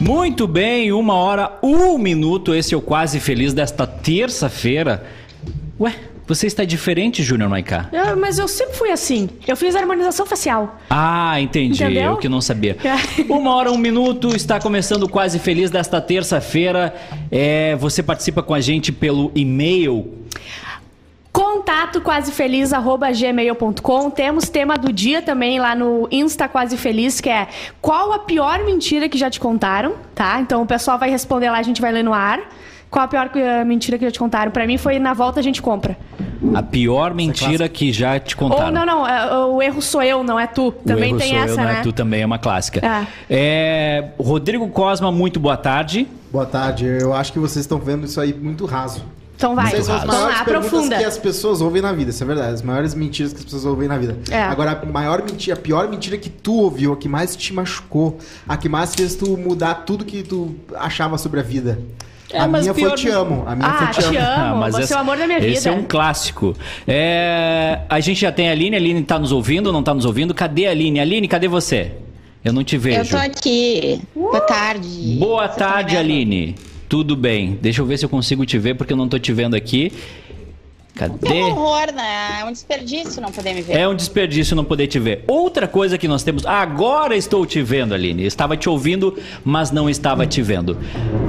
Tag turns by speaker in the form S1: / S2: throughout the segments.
S1: Muito bem, uma hora, um minuto. Esse é o Quase Feliz desta terça-feira. Ué, você está diferente, Júnior Maiká?
S2: Eu- mas eu sempre fui assim. Eu fiz harmonização facial.
S1: Ah, entendi.
S2: Entendeu?
S1: Eu que não sabia. Uma hora, um minuto, está começando o Quase Feliz desta terça-feira. É, você participa com a gente pelo e-mail.
S2: Contato quasefeliz@gmail.com. Temos tema do dia também lá no Insta Quase Feliz, que é qual a pior mentira que já te contaram, tá? Então o pessoal vai responder lá, a gente vai ler no ar. Qual a pior eh, mentira que já te contaram? Pra mim foi na volta a gente compra.
S1: A pior mentira que já te contaram.
S2: Ou não, não, eh, o erro sou eu, não é tu. Também
S1: o erro
S2: tem
S1: sou
S2: essa,
S1: eu, não
S2: né?
S1: é tu também é uma clássica. É, Rodrigo Cosma, muito boa tarde.
S3: Boa tarde, eu acho que vocês estão vendo isso aí muito raso.
S2: Então vai,
S3: Vocês são as
S2: vamos
S3: maiores
S2: lá,
S3: perguntas
S2: aprofunda.
S3: que as pessoas ouvem na vida, isso é verdade. As maiores mentiras que as pessoas ouvem na vida.
S2: É.
S3: Agora, a maior mentira, a pior mentira que tu ouviu, a que mais te machucou, a que mais fez tu mudar tudo que tu achava sobre a vida.
S1: É,
S3: a
S1: mas
S3: minha
S1: pior-
S3: foi te amo. A minha
S2: Ah,
S3: foi te
S2: te
S3: amo.
S2: amo. você é o amor da minha
S1: esse
S2: vida.
S1: é um clássico. É, a gente já tem a Aline. A Aline tá nos ouvindo, não tá nos ouvindo? Cadê a Aline? Aline, cadê você? Eu não te
S4: Eu
S1: vejo.
S4: tô aqui.
S2: Uh!
S4: Boa tarde.
S1: Boa
S4: Vocês estão
S1: tarde,
S4: me vendo?
S1: Aline. Tudo bem. Deixa eu ver se eu consigo te ver, porque eu não tô te vendo aqui.
S4: É
S1: Cadê?
S4: um horror, né? É um desperdício não poder me ver.
S1: É um desperdício não poder te ver. Outra coisa que nós temos. Agora estou te vendo, Aline. Estava te ouvindo, mas não estava te vendo.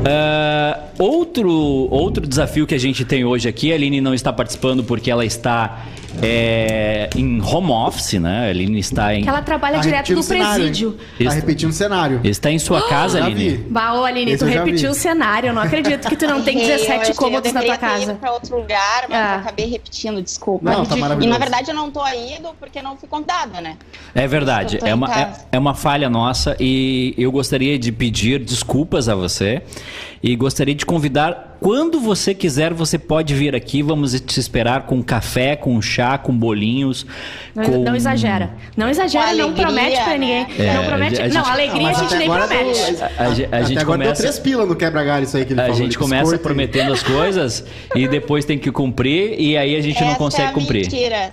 S1: Ah, outro, outro desafio que a gente tem hoje aqui, a Aline não está participando porque ela está é, em home office, né? A Aline está em.
S2: Que ela trabalha
S3: Tá
S2: direto
S3: repetindo
S2: do
S3: o cenário, hein?
S2: presídio.
S3: Tá repetindo o cenário.
S1: Está em sua casa,
S3: Já
S1: Aline.
S3: vi.
S2: Bah, ô Aline,
S3: Esse
S2: tu
S3: eu já
S2: repetiu
S3: vi.
S2: o cenário. Eu não acredito que tu não tem
S4: Errei, É, eu
S2: 17
S4: achei-
S2: cômodos
S4: eu
S2: na tua
S4: deveria ter ido
S2: casa.
S4: pra outro lugar, mas
S2: Ah.
S4: eu acabei repetindo, desculpa.
S3: Não, tá
S4: e
S3: maravilhoso.
S4: na verdade eu não tô indo porque não fui convidada, né?
S1: É verdade,
S4: Eu tô
S1: é
S4: em
S1: uma, é,
S4: casa.
S1: é uma falha nossa e eu gostaria de pedir desculpas a você e gostaria de convidar quando você quiser, você pode vir aqui, vamos te esperar com café, com chá, com bolinhos,
S2: Não,
S1: com...
S2: não exagera. Não exagera,
S4: Com
S2: não
S4: alegria,
S2: promete pra
S4: né?
S2: ninguém.
S1: É,
S2: não promete.
S1: a gente-
S2: não, alegria
S3: Ah,
S2: a
S3: mas
S2: gente
S3: até
S2: nem
S3: agora
S2: promete.
S3: deu-
S1: A ge- a
S3: até
S1: gente
S3: agora
S1: começa-
S3: deu três pila no quebra-galho isso aí que ele
S1: A
S3: falou.
S1: gente
S3: de
S1: começa
S3: biscoito e-
S1: prometendo as coisas e depois tem que cumprir e aí a gente não
S4: Essa é
S1: consegue
S4: a
S1: cumprir.
S4: Mentira.
S1: Essa-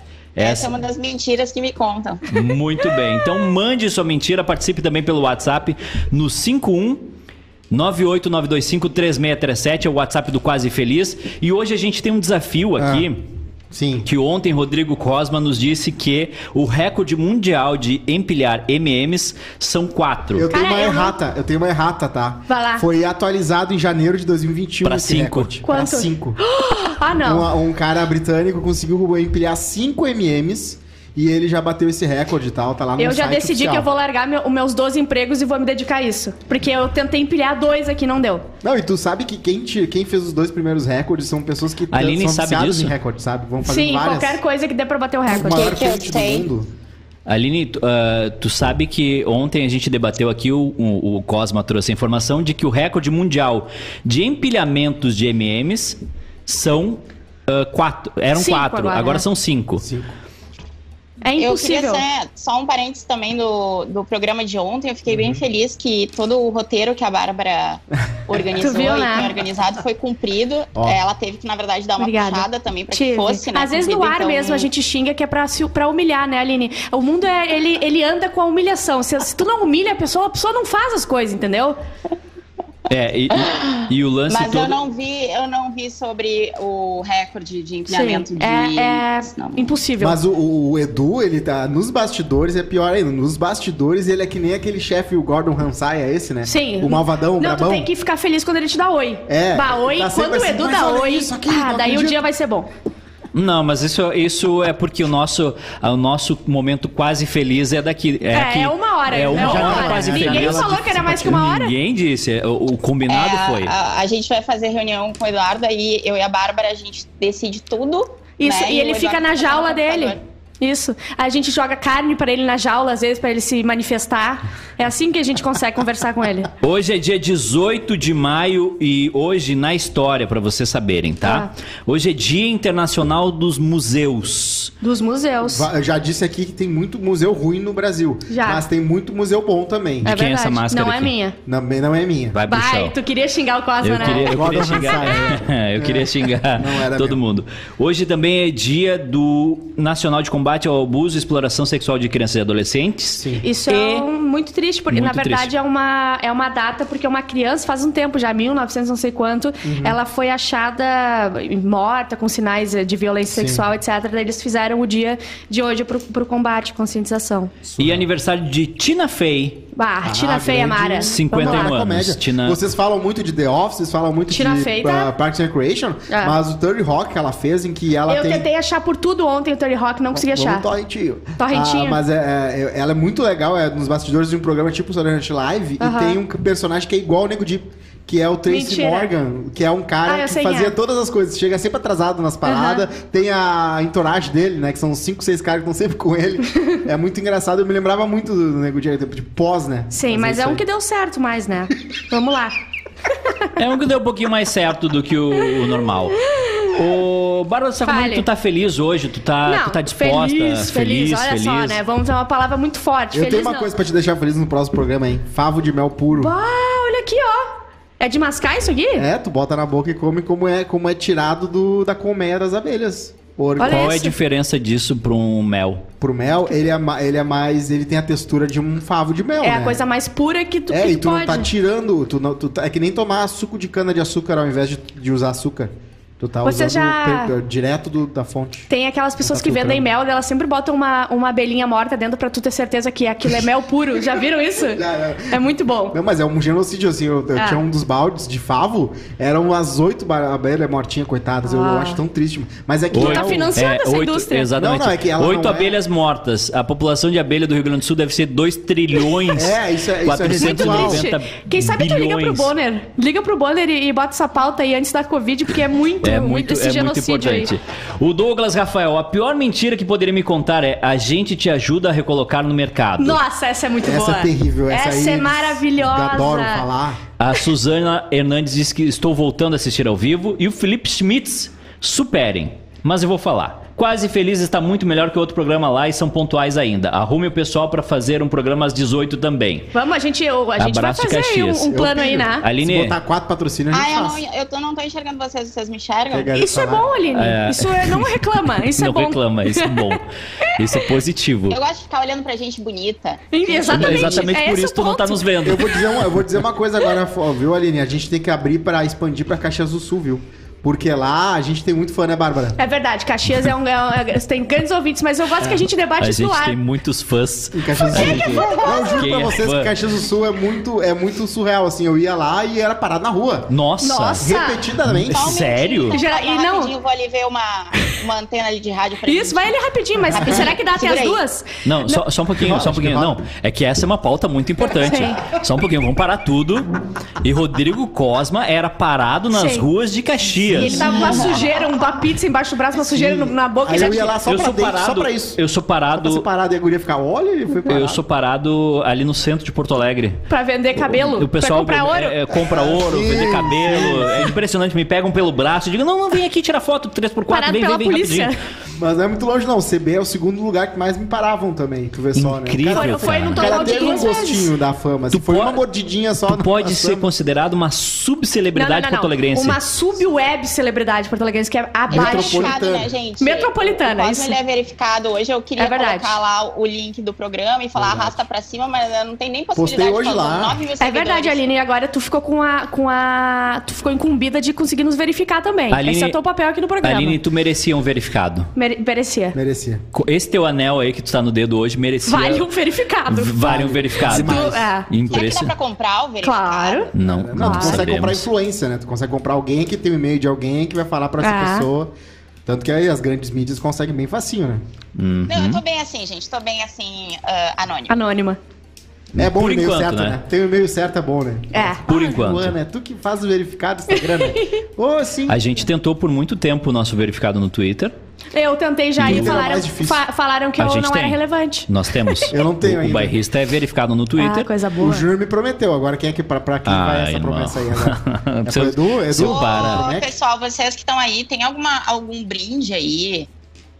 S4: Essa... é uma das mentiras que me contam.
S1: Muito bem. Então mande sua mentira, participe também pelo WhatsApp no 51 989253637 é o WhatsApp do Quase Feliz. E hoje a gente tem um desafio
S3: Ah.
S1: aqui.
S3: Sim.
S1: Que ontem Rodrigo Cosma nos disse que o recorde mundial de empilhar MMs são quatro.
S3: Eu tenho
S2: Cara,
S3: uma
S2: eu não-
S3: errata, eu tenho uma errata, tá?
S2: Vai lá.
S3: Foi atualizado em janeiro de 2021
S1: Pra cinco.
S3: recorde.
S2: Quanto?
S3: Pra cinco.
S2: Ah, não.
S3: Um, um cara britânico conseguiu empilhar 5 MMs e ele já bateu esse recorde e tal, tá lá no
S2: Eu já
S3: site
S2: decidi
S3: oficial.
S2: que eu vou largar meu- os meus 12 empregos e vou me dedicar a isso. Porque eu tentei empilhar dois aqui, não deu.
S3: Não, e tu sabe que quem, te- quem fez os dois primeiros recordes são pessoas que
S1: A Aline
S3: são
S1: sabe
S3: viciadas
S1: disso?
S3: em recorde, sabe? Vão fazer
S2: Sim,
S3: várias.
S2: qualquer coisa que dê pra bater o
S3: O
S2: recorde.
S3: maior
S4: Que que eu
S3: feito do
S4: sei?
S3: mundo.
S1: Aline, tu, ah, tu sabe que ontem a gente debateu aqui, o, o, o Cosma trouxe a informação de que o recorde mundial de empilhamentos de MMs são ah, quatro. Eram
S2: Cinco
S1: quatro,
S2: agora,
S1: agora,
S2: né?
S1: são cinco.
S3: Cinco.
S2: É
S4: Eu queria
S2: impossível.
S4: ser, só um parênteses também do, do programa de ontem. Eu fiquei bem feliz que todo o roteiro que a Bárbara organizou
S2: Tu viu,
S4: e
S2: né?
S4: tem organizado foi cumprido. É,
S3: Ó.
S4: Ela teve que, na verdade, dar uma
S2: Obrigada.
S4: puxada também pra
S2: Tive.
S4: que fosse, né?
S2: Às vezes no
S4: cumprido,
S2: ar
S4: então-
S2: mesmo a gente xinga que é pra, se- pra humilhar, né, Aline? O mundo é, ele, ele anda com a humilhação. Se, se tu não humilha a pessoa, a pessoa não faz as coisas, entendeu?
S1: É, e, e- e o lance
S4: Mas
S1: todo.
S4: eu não vi, eu não vi sobre o recorde de empilhamento
S2: Sim.
S4: de.
S2: É, é
S4: Não.
S2: impossível.
S3: Mas o, o- o Edu, ele tá nos bastidores, é pior ainda. Nos bastidores, ele é que nem aquele chefe, o Gordon Ramsay, é esse, né?
S2: Sim.
S3: O malvadão, o
S2: Não,
S3: brabão.
S2: tu tem que ficar feliz quando ele te dá oi.
S3: É,
S2: Bah, oi,
S3: tá sempre
S2: quando o
S3: assim,
S2: Edu
S3: "Mas
S2: dá
S3: olha
S2: oi,
S3: isso aqui,
S2: ah,
S3: não
S2: daí o
S3: acredito."
S2: dia vai ser bom.
S1: Não, mas isso, isso é porque o nosso, o nosso momento quase feliz é daqui. É,
S2: É,
S1: aqui.
S2: é uma hora.
S1: É uma hora, quase
S2: Ninguém
S1: feliz.
S2: falou que era mais que uma hora.
S1: Ninguém disse. O, o
S4: É,
S1: combinado foi.
S4: a, a gente vai fazer reunião com o Eduardo, aí eu e a Bárbara, a gente decide tudo.
S2: Isso,
S4: né,
S2: e ele
S4: o
S2: fica
S4: Eduardo
S2: na
S4: no
S2: jaula dele.
S4: computador.
S2: Isso. A gente joga carne pra ele na jaula, às vezes, pra ele se manifestar. É assim que a gente consegue conversar com ele.
S1: Hoje é dia 18 de maio e hoje
S2: Tá.
S1: na história, pra vocês saberem, tá? Hoje é Dia Internacional dos Museus. museus.
S2: Dos museus.
S3: Va- eu Já disse aqui que tem muito museu ruim no Brasil.
S2: Já.
S3: Mas tem muito museu bom também.
S1: É. quem essa máscara
S2: Não é
S1: aqui?
S2: minha.
S3: Não, não é minha.
S1: Vai pro
S2: Vai,
S1: chão.
S2: tu queria xingar o Cosma,
S1: Eu
S2: né?
S1: queria, eu
S3: Igual
S1: queria
S3: a Dona
S1: xingar, eu queria xingar
S3: É. Não era
S1: todo
S3: mesmo.
S1: mundo. Hoje também é dia do Nacional de Combate ao Abuso e Exploração Sexual de Crianças e Adolescentes.
S3: Sim.
S2: Isso é um- muito triste, porque
S1: Muito
S2: na verdade
S1: triste.
S2: é uma é uma data porque uma criança faz um tempo já, 1900 não sei quanto,
S1: Uhum.
S2: ela foi achada morta com sinais eh, de violência
S3: Sim.
S2: sexual, etc. Daí eles fizeram o dia de hoje pro, pro combate, conscientização.
S3: é
S1: E aniversário de Tina Fey.
S2: Bah, tira
S3: Ah,
S2: feia,
S3: grande
S2: Mara.
S1: 51
S2: Vamos lá.
S1: anos.
S3: Comédia.
S1: Tina-
S3: Vocês falam muito de The Office, vocês falam muito
S2: Tina
S3: de
S2: Fey tá-
S3: ah, Parks and Recreation,
S2: É.
S3: mas o Third Rock que ela fez, em que ela
S2: Eu
S3: tem...
S2: tentei achar por tudo ontem o Tony Rock, não consegui achar.
S3: Vamos torrentinho.
S2: Torrentinho.
S3: Ah, mas é, é- é- ela é muito legal, é nos bastidores de um programa tipo Saturday Night Live,
S2: Aham.
S3: e tem um personagem que é igual o Nego Di, que é o Tracy
S2: Mentira.
S3: Morgan, que é um cara
S2: Ah, eu sei
S3: que
S2: quem
S3: fazia
S2: é.
S3: todas as coisas, chega sempre atrasado nas paradas, tem a entourage dele, né, que são cinco, seis caras que estão sempre com ele. é muito engraçado, eu me lembrava muito do Nego Di, de pós, né?
S2: Sim, mas é um que deu certo mais, né? Vamos lá.
S1: É um que deu um pouquinho mais certo do que o, o normal. Ô, Bárbara Sacomani,
S2: Fale.
S1: tu tá feliz hoje? Tu tá, tu tá disposta?
S2: feliz, feliz, olha só, né? Vamos ter uma palavra muito forte.
S3: Eu
S2: feliz
S3: tenho uma
S2: não.
S3: coisa pra te deixar feliz no próximo programa, hein? Favo de mel puro.
S2: Bah, olha aqui, ó. É de mascar isso aqui?
S3: É, tu bota na boca e come como é, como é tirado do, da colmeia das abelhas. Orgânico.
S2: Olha
S1: Qual é a
S2: isso.
S1: diferença disso pra um mel?
S3: Pro mel, ele é, ma- ele é mais. Ele tem a textura de um favo de mel.
S2: É a
S3: né?
S2: coisa mais pura que tu,
S3: É,
S2: que
S3: e
S2: tu
S3: tu não
S2: pode.
S3: tá tirando. Tu não, tu tá- é que nem tomar suco de cana de açúcar ao invés de, de usar açúcar. Tu tá
S2: Você
S3: usando
S2: já-
S3: per- direto do- da fonte.
S2: Tem aquelas pessoas
S3: Tá
S2: que vendem
S3: filtrando.
S2: mel, elas sempre botam uma, uma abelhinha morta dentro pra tu ter certeza que aquilo é mel puro. Já viram isso?
S3: já.
S2: É muito bom.
S3: Não, mas é um genocídio, assim. Eu, eu
S2: Ah.
S3: tinha um dos baldes de favo, eram as oito ba- abelhas mortinhas, coitadas. Eu, eu
S2: Ah.
S3: acho tão triste. Mas é que.
S2: Tá
S3: é o-
S2: financiando essa
S1: oito-
S2: indústria.
S1: Exatamente.
S3: Não, não, é que ela
S1: oito
S3: não é-
S1: abelhas mortas. A população de abelha do Rio Grande do Sul deve ser 2 trilhões.
S3: É, isso é- isso é
S2: Muito
S1: 490
S3: residual.
S2: triste. Quem sabe tu liga pro
S1: bilhões.
S2: Bonner. Liga pro Bonner e, e bota essa pauta aí antes da Covid, porque é muito,
S1: É muito,
S2: esse
S1: é muito
S2: genocídio
S1: importante.
S2: aí.
S1: O Douglas Rafael, a pior mentira que poderia me contar é a gente te ajuda a recolocar no mercado.
S2: Nossa, essa é muito
S3: Essa
S2: boa.
S3: é terrível, essa,
S2: é
S3: aí. eles
S2: maravilhosa.
S3: Adoram falar.
S1: A Suzana Hernandes diz que estou voltando a assistir ao vivo. E o Felipe Schmitz, superem. Mas eu vou falar. Quase Feliz está muito melhor que outro programa lá e são pontuais ainda. Arrume o pessoal para fazer um programa às 18 também.
S2: Vamos, a gente, eu- a gente vai
S1: Abraço de
S2: fazer aí um,
S1: Caxias.
S2: um plano
S3: Eu
S2: aí,
S3: pilho.
S2: né?
S1: Aline,
S3: É Se botar quatro patrocínios, a
S4: Ah,
S3: gente
S4: eu
S3: faz.
S4: não, eu tô- não tô enxergando vocês, vocês me enxergam?
S3: Pega ele
S2: Isso é
S3: falar.
S2: bom, Aline.
S1: É.
S2: Isso é, não reclama. Isso é
S1: não
S2: bom.
S1: reclama, isso é bom. Isso é positivo.
S4: Eu gosto de ficar olhando pra gente bonita.
S2: Exatamente. é
S1: por
S2: esse
S1: isso
S2: o
S1: tu não tá
S2: ponto.
S1: nos vendo.
S3: Eu vou, dizer uma, eu vou dizer uma coisa agora, fo- viu, Aline? A gente tem que abrir pra expandir pra Caxias do Sul, viu? Porque lá a gente tem muito fã, né, Bárbara?
S2: É verdade, Caxias é um, é um- é- tem grandes ouvintes, mas eu gosto que a gente debate
S1: A
S2: isso no
S1: gente
S2: ar.
S1: tem muitos fãs.
S3: Em Caxias do
S2: é
S3: Sul. Eu juro
S1: Quem
S3: pra
S1: é
S3: vocês
S1: fã?
S3: que Caxias do Sul é muito, é muito surreal, assim. Eu ia lá e era parado na rua.
S1: Nossa!
S2: Nossa.
S3: Repetidamente.
S4: um
S1: Nossa. Sério?
S2: Já- e não-
S4: Eu vou ali ver uma, uma antena ali de rádio pra
S2: Isso, vai ali rapidinho, mas será que dá até as
S4: Segura aí.
S2: duas?
S1: Não, Só, só um pouquinho, só um pouquinho. Não, é que essa é uma pauta muito importante. Só um pouquinho, vamos parar tudo. E Rodrigo Cosma era parado nas
S2: Sim.
S1: ruas de
S2: E
S1: Caxias.
S2: ele tava com uma sujeira, uma pizza embaixo do braço, uma sujeira no- na boca.
S3: Aí
S2: já
S3: eu ia
S2: tinha-
S3: lá só
S1: eu
S3: pra
S1: sou
S3: dentro,
S1: parado.
S3: só pra isso.
S1: Eu sou
S3: Pra ser
S1: parado.
S3: parado e a guria ficar, olha, ele foi parado.
S1: Eu sou parado ali no centro de Porto Alegre.
S2: Pra vender cabelo,
S1: O pessoal
S2: pra comprar
S1: é-
S2: ouro.
S1: é, compra ouro,
S3: Sim,
S1: vender cabelo. É impressionante, me pegam pelo braço e digo: não, não, vem aqui tirar foto, 3x4,
S2: Parado
S1: vem,
S2: pela
S1: vem, vem
S2: polícia.
S1: rapidinho.
S3: Mas não é muito longe, não. O CB é o segundo lugar que mais me paravam também. Tu vê só,
S1: Incrível.
S3: né? O cara-
S2: Foi, foi no
S3: O
S1: Tô
S3: cara
S2: total de
S3: teve um
S2: duas vezes.
S3: gostinho da fama.
S1: Tu
S3: Se foi
S1: po-
S3: uma mordidinha só.
S1: Tu
S3: na
S1: pode ser
S3: fama.
S1: considerado uma
S2: Não, não,
S1: subcelebridade
S2: não, não.
S1: porto-alegrense.
S2: Uma sub-web celebridade porto-alegrense que é abaixo.
S3: Metropolitana.
S4: né, gente?
S2: Metropolitana,
S4: O Cosmo,
S2: isso.
S4: ele é verificado hoje. Eu queria
S2: É verdade.
S4: colocar lá o link do programa e falar arrasta pra cima, mas eu não tem nem possibilidade.
S3: Postei hoje
S4: porque eu tô
S3: lá.
S4: com 9 mil
S2: É
S4: seguidores.
S2: verdade, Aline. E agora tu ficou com a, com a. Tu ficou incumbida de conseguir nos verificar também.
S1: Aline-
S2: Esse é o teu papel aqui no programa.
S1: Aline, tu merecia um verificado.
S2: Mere- Merecia.
S3: Merecia.
S1: Co- Esse teu anel aí que tu tá no dedo hoje merecia.
S2: Vale um verificado.
S1: V- Vale um verificado.
S2: Tu- é.
S4: Será que
S1: Impression-
S4: dá pra comprar o verificado?
S2: Claro.
S1: Não,
S3: Não,
S1: não,
S3: tu consegue
S1: sabemos.
S3: comprar influência, né? Tu consegue comprar alguém que tem o e-mail de alguém que vai falar pra essa
S2: Ah.
S3: pessoa. Tanto que aí as grandes mídias conseguem bem facinho, né?
S1: Hum.
S4: Não, eu tô bem assim, gente. Tô bem assim, ah, anônimo.
S2: Anônima.
S3: É bom
S1: Por
S3: o e-mail
S1: enquanto,
S3: certo,
S1: né?
S3: né? Tem o e-mail certo, é bom, né?
S2: É.
S1: Por
S3: Ah,
S1: enquanto.
S3: Luana, é tu que faz o verificado do Instagram, né? Ô, sim.
S1: A gente tentou por muito tempo o nosso verificado no Twitter.
S2: Eu tentei já e
S3: Twitter é
S2: falaram,
S3: mais difícil.
S2: fa- falaram que
S1: A
S2: eu
S1: gente
S2: não era
S1: tem.
S2: relevante.
S1: Nós temos.
S3: Eu não tenho
S1: o, O
S3: ainda.
S1: bairrista é verificado no Twitter.
S2: Ah, coisa boa.
S3: O Júnior me prometeu. Agora quem é que pra, pra quem vai
S1: Ai,
S3: essa
S1: não.
S3: promessa aí agora? É
S1: Seu-
S3: pro Edu? Edu?
S1: seu Para.
S4: Ô,
S3: Como é que-
S4: pessoal, vocês que estão aí, tem alguma, algum brinde aí?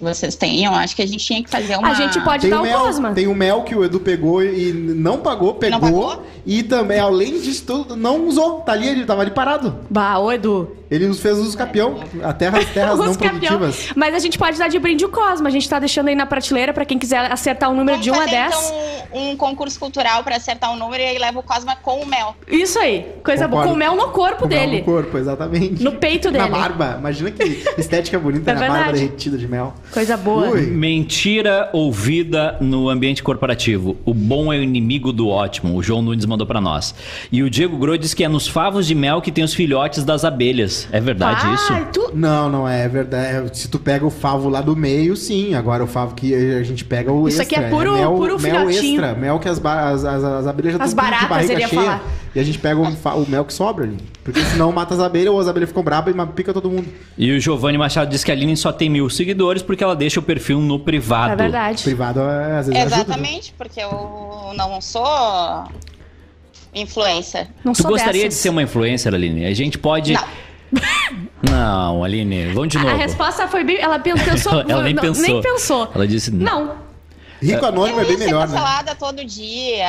S4: vocês tenham, acho que a gente tinha que fazer uma.
S2: A gente pode
S3: Tem
S2: dar
S3: o,
S2: o Cosma.
S3: mel, tem o mel que o Edu pegou e não pagou, pegou.
S4: pagou?
S3: E também, além disso tudo, não usou. Tá ali, ele tava ali parado.
S2: Bah, ô Edu.
S3: Ele nos fez os capião, a terra, as terras não
S2: Os campeão.
S3: produtivas.
S2: Mas a gente pode dar de brinde o Cosma. A gente tá deixando aí na prateleira pra quem quiser acertar o número
S4: Vamos
S2: de 1 a
S4: fazer,
S2: 10.
S4: Então, um, um concurso cultural pra acertar o número e aí leva o Cosma com o mel.
S2: Isso aí. Coisa boa.
S3: Concordo.
S2: Com o mel no corpo
S3: Com mel
S2: dele.
S3: No corpo, exatamente.
S2: No peito
S3: Na
S2: dele.
S3: barba. Imagina que estética bonita,
S2: É
S3: né? A barba
S2: verdade.
S3: derretida de mel.
S2: Coisa boa.
S3: Ui.
S1: Mentira ouvida no ambiente corporativo. O bom é o inimigo do ótimo. O João Nunes mandou pra nós. E o Diego Gro diz que é nos favos de mel que tem os filhotes das abelhas. É verdade
S2: ah,
S1: isso?
S2: Tu...
S3: Não, não é verdade. Se tu pega o favo lá do meio, sim. Agora o favo que a gente pega o
S2: Isso
S3: extra. né?
S2: aqui é puro-
S3: mel,
S2: puro
S3: mel
S2: filhotinho.
S3: extra. Mel que as, ba- as, as, as abelhas já
S2: As
S3: estão tudo de
S2: baratas,
S3: barriga
S2: ele ia
S3: cheia.
S2: falar.
S3: E a gente pega o, fa- o mel que sobra ali. Porque senão mata as abelhas ou as abelhas ficam bravas e ma- pica todo mundo.
S1: E o Giovanni Machado diz que a Aline só tem mil seguidores porque ela deixa o perfil no privado.
S2: É verdade.
S3: Privado é, às vezes ajuda, né?
S4: Exatamente, porque eu não sou influencer.
S2: Não
S1: Tu
S2: sou
S1: gostaria
S2: dessas.
S1: de ser uma influencer, Aline? A gente pode.
S4: Não.
S1: Não, Aline, vamos de
S2: A-
S1: novo.
S2: A resposta foi bem. Ela pen- pensou.
S1: Ela nem
S2: não,
S1: pensou.
S2: Nem pensou.
S1: Ela disse não.
S2: Não.
S3: Rico anônimo é
S4: eu
S3: bem
S4: ia ser
S3: melhor, né?
S4: cancelada todo dia.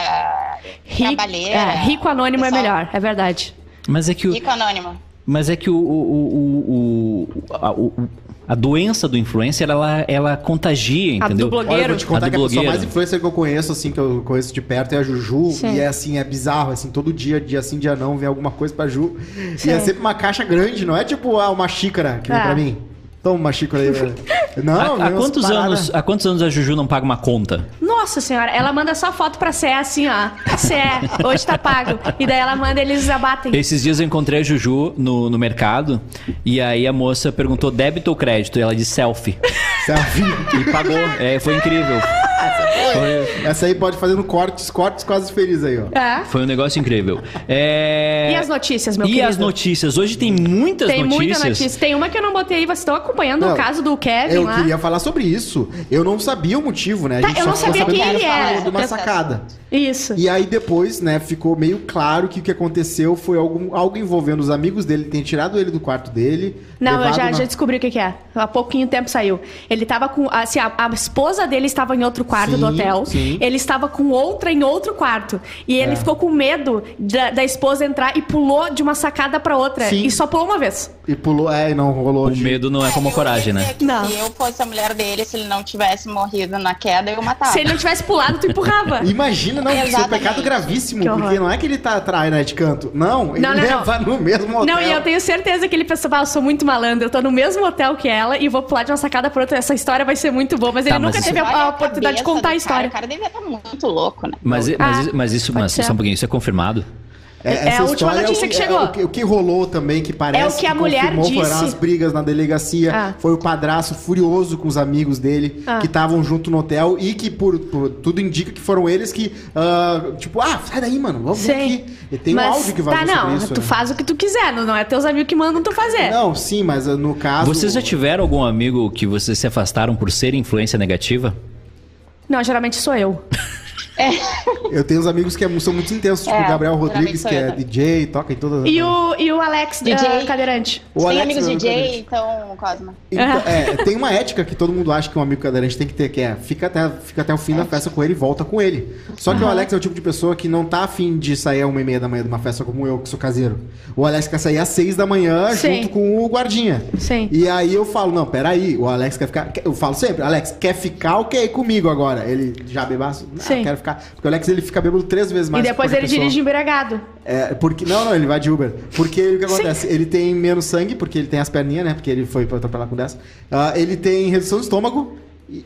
S2: Rico,
S4: trabalheira.
S2: é, rico anônimo é
S4: pessoal-
S2: melhor, é verdade.
S1: Mas é que o,
S4: Rico anônimo.
S1: Mas é que o, o- o- o- a, o- a doença do influencer, ela, ela contagia,
S2: A
S1: entendeu?
S2: do blogueiro.
S3: Olha, eu vou te
S1: A
S3: contar
S1: do
S3: que a pessoa
S1: blogueiro.
S3: mais influencer que eu conheço, assim, que eu conheço de perto, é a Juju.
S2: Sim.
S3: E é assim, é bizarro, assim, todo dia, dia sim, dia não, vem alguma coisa pra Ju.
S2: Sim.
S3: E é sempre uma caixa grande, não é tipo ah, uma xícara que vem
S2: Ah.
S3: pra mim. Toma uma xícara aí. velho. não,
S1: Há, há
S3: vem umas
S1: quantos
S3: paradas.
S1: anos, há quantos anos a Juju não paga uma conta?
S2: Nossa senhora, ela manda só foto pra CE assim, ó. CE, hoje tá pago. E daí ela manda, eles abatem.
S1: Esses dias eu encontrei a Juju no, no mercado e aí a moça perguntou débito ou crédito e ela disse selfie.
S3: Sabe?
S1: E pagou. É, foi incrível. Foi,
S3: Essa aí pode fazer no cortes, cortes quase felizes aí, ó.
S2: É.
S1: foi um negócio incrível. É,
S2: E as notícias, meu
S1: E
S2: querido?
S1: as notícias? Hoje tem muitas
S2: Tem
S1: notícias.
S2: muita notícia. Tem uma que eu não botei aí, vocês estão acompanhando
S3: Não,
S2: o caso do Kevin
S3: Eu
S2: lá.
S3: queria falar sobre isso. Eu não sabia o motivo, né? A
S2: É Tá,
S3: gente
S2: eu
S3: só
S2: não
S3: ficou
S2: sabia
S3: sabendo
S2: quem
S3: que
S2: ele
S3: era
S2: era.
S3: de uma sacada.
S2: Isso.
S3: E aí depois, né, ficou meio claro que o que aconteceu foi algum, algo envolvendo os amigos dele, tem tirado ele do quarto dele.
S2: Não, eu
S3: levado
S2: já,
S3: na-
S2: já descobri o que, que é. Há pouquinho tempo saiu. Ele tava com. Assim, a, a esposa dele estava em outro quarto
S3: Sim,
S2: do hotel.
S3: sim. É.
S2: Ele estava com outra em outro quarto. E ele ficou com medo da, da esposa entrar e pulou de uma sacada pra outra.
S3: Sim.
S2: E só pulou uma vez.
S3: E pulou, é, e não rolou.
S1: O medo não é como a
S4: Eu
S1: coragem,
S4: ia
S1: né?
S4: dizer que
S2: Não.
S4: Se eu fosse a mulher dele, se ele não tivesse morrido na queda, eu matava.
S2: Se ele não tivesse pulado, tu empurrava.
S3: Imagina, não, isso é um
S4: Exatamente.
S3: pecado gravíssimo,
S2: Que horror.
S3: porque não é que ele tá atrás, né, de canto. Não, ele
S2: Não, não,
S3: leva no mesmo hotel.
S2: Não, e eu tenho certeza que ele pensou, ah, eu sou muito malandro, eu tô no mesmo hotel que ela e vou pular de uma sacada pra outra. Essa história vai ser muito boa, mas
S1: Tá,
S2: ele
S1: mas
S2: nunca
S1: isso-
S2: teve a,
S4: Olha
S2: a oportunidade de
S4: cabeça
S2: contar a
S4: do Cara,
S2: história.
S4: o cara devia estar muito louco, né?
S1: Mas, mas,
S2: Ah,
S1: mas isso, mas,
S2: pode ser.
S1: só um pouquinho, isso é confirmado?
S3: É,
S2: É
S3: essa
S2: a última
S3: história é
S2: notícia
S3: o-
S2: que chegou.
S3: é o, que- o que rolou também, que parece
S2: É o que a mulher
S3: confirmou,
S2: disse.
S3: foram as brigas na delegacia.
S2: Ah.
S3: Foi o padrasto furioso com os amigos dele,
S2: Ah.
S3: que estavam junto no hotel e que, por, por- tudo indica que foram eles que, ah, tipo, ah, sai daí, mano, vamos
S2: Sim.
S3: aqui. E tem
S2: mas,
S3: um áudio que vai
S2: Tá, não,
S3: isso.
S2: tu é.
S3: né?
S2: faz o que tu quiser, não, não é teus amigos que mandam tu fazer.
S3: Não, sim, mas ah, no caso...
S1: Vocês já tiveram algum amigo que vocês se afastaram por ser influência negativa?
S2: Não, geralmente sou eu.
S3: Eu tenho uns amigos que é- são muito intensos, tipo
S4: É,
S3: o Gabriel
S4: geralmente
S3: Rodrigues,
S4: sou
S3: que
S4: eu
S3: é
S4: também.
S3: DJ, toca em todas
S2: E o, e o Alex,
S4: DJ?
S2: eh, cadeirante.
S3: O
S4: Você tem
S3: Alex
S4: amigos
S3: não é
S4: DJ,
S3: cadeirante.
S4: então, Cosma.
S3: Então, é, tem uma ética que todo mundo acha que um amigo cadeirante tem que ter, que é fica até, fica até o
S2: É.
S3: fim da festa com ele e volta com ele. Só que o Alex é o tipo de pessoa que não tá afim de sair a uma e meia da manhã de uma festa como eu, que sou caseiro. O Alex quer sair às seis da manhã
S2: Sim.
S3: junto com o guardinha.
S2: Sim.
S3: E aí eu falo, não, peraí, o Alex quer ficar. Eu falo sempre, Alex, quer ficar ou quer ir comigo agora? Ele já bebaço? Não,
S2: Sim.
S3: quero ficar. Porque o Alex ele fica bêbado três vezes mais
S2: e depois
S3: que
S2: ele
S3: qualquer pessoa.
S2: dirige embriagado.
S3: É, porque, não, não, ele vai de Uber. Porque o que
S2: Sim.
S3: acontece? Ele tem menos sangue, porque ele tem as perninhas, né? Porque ele foi pra atropelar com dessa. Ah, ele tem redução do estômago. E,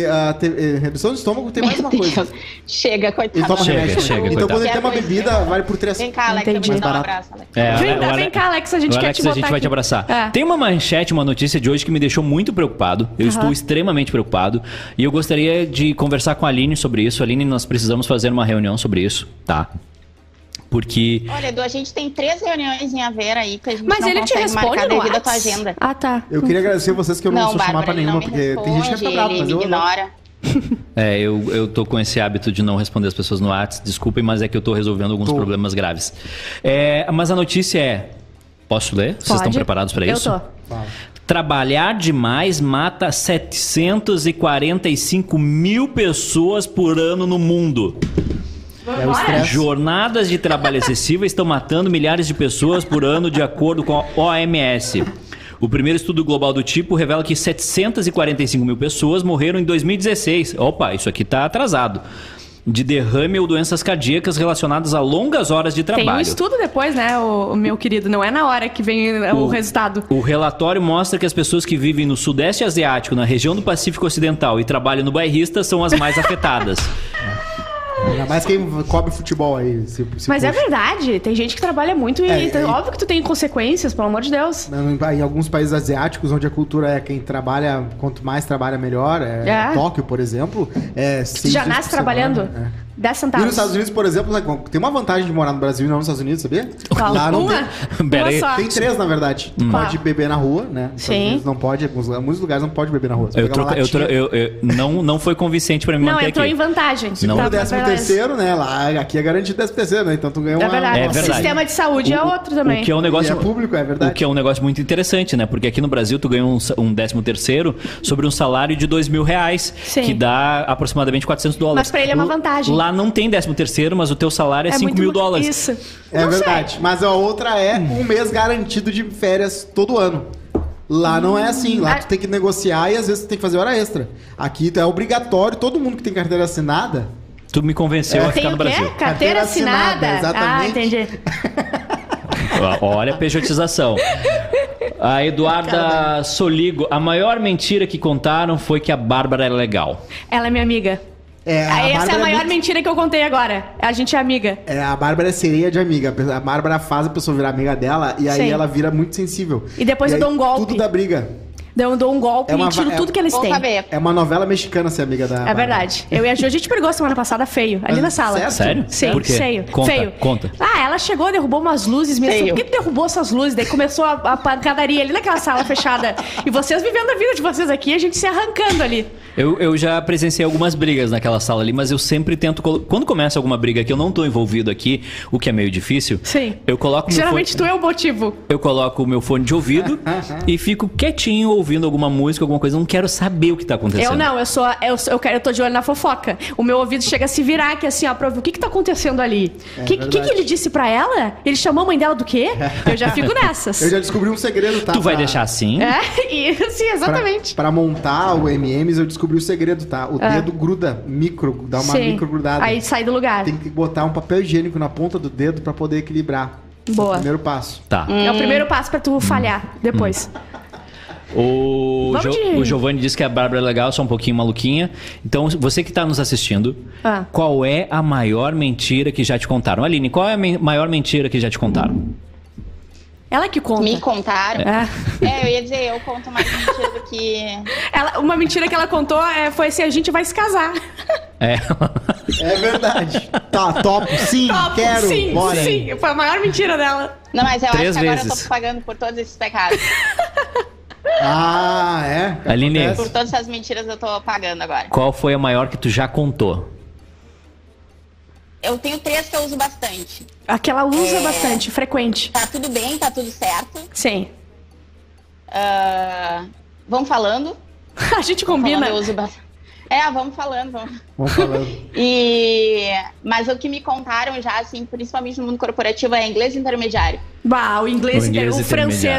S3: e, ah, te- eh, redução do estômago tem mais uma coisa.
S4: Chega, coitado.
S3: Ele toma
S1: Chega,
S3: remédio.
S1: chega,
S3: então
S1: coitado.
S3: quando ele tem uma
S4: Quer
S3: bebida,
S4: coisa?
S3: vale por três.
S4: Vem cá, Alex,
S2: Entendi.
S4: eu vou te dar um
S3: Mais
S4: abraço. Alex.
S1: É,
S2: Vem
S1: o
S2: cá,
S1: Ale-
S2: vem cá, Alex, a gente
S1: o
S2: quer
S1: Alex,
S2: te botar
S1: a gente vai
S2: aqui.
S1: te abraçar.
S2: É.
S1: Tem uma manchete, uma notícia de hoje que me deixou muito preocupado. Eu estou extremamente preocupado. E eu gostaria de conversar com a Aline sobre isso. Aline, nós precisamos fazer uma reunião sobre isso, tá? Porque.
S4: Olha, Edu, a gente tem três reuniões em Aveira aí que a gente
S2: Mas
S4: não
S2: ele te
S4: consegue
S2: responde
S4: marcar
S2: no
S4: devido à tua
S2: Whats?
S4: agenda.
S2: Ah, tá.
S3: Eu queria agradecer vocês que eu não, sou chamar pra
S4: ele
S3: nenhuma,
S4: me
S3: porque tem gente que fica
S4: responde,
S3: brava, mas
S4: ele
S3: eu.
S4: me ignora.
S1: É, eu, eu tô com esse hábito de não responder as pessoas no WhatsApp, desculpem, mas é que eu tô resolvendo alguns
S3: Tô.
S1: problemas graves. É, mas a notícia é. Posso ler? Vocês estão
S2: Pode?
S1: preparados para
S2: Eu
S1: isso?
S2: tô.
S3: Fala.
S1: Trabalhar demais mata 745 mil pessoas por ano no mundo.
S3: É o estresse.
S1: Jornadas de trabalho excessiva estão matando milhares de pessoas por ano, de acordo com a OMS. O primeiro estudo global do tipo revela que 745 mil pessoas morreram em 2016. Opa, isso aqui está atrasado. De derrame ou doenças cardíacas relacionadas a longas horas de
S2: Tem um
S1: trabalho.
S2: estudo depois, né, o, o meu querido? Não é na hora que vem o,
S1: O-
S2: resultado.
S1: O relatório mostra que as pessoas que vivem no Sudeste Asiático, na região do Pacífico Ocidental e trabalham no bairrista são as mais afetadas.
S3: Ainda mais quem cobre futebol aí. Se, se
S2: Mas é
S3: puxa.
S2: verdade, tem gente que trabalha muito e
S3: É,
S2: então,
S3: é-
S2: óbvio que tu tem consequências, pelo amor de Deus.
S3: Em alguns países asiáticos, onde a cultura é quem trabalha, quanto mais trabalha, melhor. É,
S2: É.
S3: Tóquio, por exemplo. É
S2: Tu
S3: seis
S2: já
S3: dias
S2: nasce
S3: por semana,
S2: trabalhando?
S3: é.
S2: 10
S3: E
S2: centavos.
S3: nos Estados Unidos, por exemplo, né, tem uma vantagem de morar no Brasil e não nos Estados Unidos, sabia?
S2: Qual?
S3: Lá não
S2: uma?
S3: tem-
S1: Pera aí.
S2: Uma só.
S3: Tem três, na verdade. Tu Pode
S2: Qual?
S3: beber na rua, né? Nos
S2: Sim.
S3: Estados Unidos Não pode, em alguns lugares- muitos lugares não pode beber na rua. Você
S1: Eu
S3: pega uma
S1: troca- eu
S3: latinha.
S1: tro- eu- eu- não, não foi convincente pra me
S2: Não,
S1: manter
S2: entrou
S1: aqui.
S2: em vantagem.
S1: Não.
S2: Tá,
S3: No
S2: tá
S3: décimo
S2: verdade.
S3: terceiro, né? Lá, aqui é garantido décimo terceiro, né? Então tu ganha
S2: É
S3: uma...
S2: verdade.
S1: É
S2: O
S1: verdade.
S2: sistema de saúde é
S1: O- o-
S2: outro também.
S1: O que é um negócio.
S3: E é público, é verdade.
S1: O que é um negócio muito interessante, né? Porque aqui no Brasil tu ganha um, sa- um décimo terceiro sobre um salário de dois mil reais,
S2: Sim.
S1: que dá aproximadamente 400 dólares.
S2: Mas pra ele é uma
S1: L-
S2: vantagem.
S1: Lá não tem décimo terceiro, mas o teu salário é, cinco 5
S2: muito
S1: mil
S2: ma-
S1: dólares.
S2: Isso.
S3: É
S2: Não sei.
S3: verdade. Mas a outra é um mês garantido de férias todo ano. Lá não é assim, lá
S2: Ah.
S3: tu tem que negociar e às vezes tu tem que fazer hora extra. Aqui é obrigatório, todo mundo que tem carteira assinada.
S1: Tu me convenceu a
S2: Tem
S1: ficar
S2: o
S1: no
S2: quê?
S1: Brasil.
S2: Carteira,
S3: Carteira assinada,
S2: assinada. Ah,
S3: exatamente.
S2: entendi.
S1: Ó, Olha a pejotização. A
S2: né?
S1: Eduarda Soligo, a maior mentira que contaram foi que a Bárbara era legal.
S2: Ela é minha amiga.
S3: É,
S2: Aí essa é a
S3: Bárbara
S2: maior
S3: muito-
S2: mentira que eu contei agora. A gente é amiga.
S3: É, a Bárbara é sereia de amiga. A Bárbara faz a pessoa virar amiga dela e aí
S2: Sim.
S3: ela vira muito sensível.
S2: E depois eu
S3: aí
S2: dou um golpe.
S3: Tudo da briga.
S2: Então eu dou um golpe
S3: É
S2: e
S3: uma
S2: tiro
S3: va- é-
S2: tudo que eles
S4: Vou
S2: têm.
S4: saber.
S3: É uma novela mexicana ser amiga da.
S2: É
S3: Bárbara.
S2: verdade. Eu e a Ju, a gente brigou semana passada feio, ali
S3: Mas
S2: na sala.
S3: Ah,
S1: Sério?
S3: sério?
S2: Sim,
S1: Por quê?
S2: feio.
S1: Conta,
S2: feio.
S1: conta.
S2: Ah, ela chegou, derrubou umas luzes minhas.
S4: Feio.
S2: Por que tu derrubou essas luzes? Daí começou a, a pancadaria ali naquela sala fechada. E vocês vivendo a vida de vocês aqui, a gente se arrancando ali.
S1: Eu, eu já presenciei algumas brigas naquela sala ali, mas eu sempre tento. colo- Quando começa alguma briga que eu não tô envolvido aqui, o que é meio difícil,
S2: Sim.
S1: eu coloco meu
S2: Geralmente
S1: fone,
S2: tu é o motivo.
S1: eu coloco o meu fone de ouvido e fico quietinho ouvindo alguma música, alguma coisa. Eu não quero saber o que tá acontecendo.
S2: Eu não, eu sou, a- eu, sou- eu, quero, eu tô de olho na fofoca. O meu ouvido chega a se virar aqui assim, ó, pra ouvir o que que tá acontecendo ali. O que,
S3: É verdade.
S2: que que ele disse pra ela? Ele chamou a mãe dela do quê? Eu já fico nessas.
S3: Eu já descobri um segredo, tá?
S1: Tu vai
S3: Pra-
S1: deixar assim?
S2: É, e, sim, exatamente. Ah.
S3: Pra, pra montar o MMs, eu descobri o segredo, tá? O dedo gruda, micro, dá uma
S2: Sim.
S3: micro grudada.
S2: Aí sai do lugar.
S3: Tem que botar um papel higiênico na ponta do dedo pra poder equilibrar. Esse É o
S2: Boa.
S3: primeiro passo.
S1: Tá.
S2: É o primeiro passo pra tu falhar depois.
S1: O,
S2: Vamos
S1: Jo-
S2: de-
S1: o Giovanni disse que a Bárbara é legal, só um pouquinho maluquinha. Então, você que tá nos assistindo,
S3: Hum.
S2: Ah.
S1: qual é a maior mentira que já te contaram? Aline, qual é a men- maior mentira que já te contaram?
S2: Ela que conta.
S4: Me contaram.
S2: É.
S4: É, eu ia dizer, eu conto mais mentira do que.
S2: Ela- uma mentira que ela contou é, foi assim: a gente vai se casar.
S1: É.
S3: É verdade. tá, top. Sim,
S2: Topo,
S3: quero.
S2: sim,
S3: bora.
S2: sim. Foi a maior mentira dela.
S4: Não, mas eu
S1: Três
S4: acho que agora eu
S1: vezes.
S4: tô pagando por todos esses pecados.
S3: Ah, é?
S1: Aline.
S4: Por
S3: Acontece.
S4: todas essas mentiras eu tô pagando agora.
S1: qual foi a maior que tu já contou?
S4: Eu tenho três que eu uso bastante.
S2: Aquela usa bastante, frequente.
S4: Tá tudo bem, tá tudo certo.
S2: Sim.
S4: Ah, vamos falando.
S2: A gente
S4: Falando,
S2: combina.
S4: eu uso bastante. É, vamos falando, vamos.
S3: Vamos falando.
S4: E mas o que me contaram já assim, principalmente no mundo corporativo é inglês intermediário.
S2: Bah, o inglês, é
S1: O inglês é
S2: o
S1: intermediário.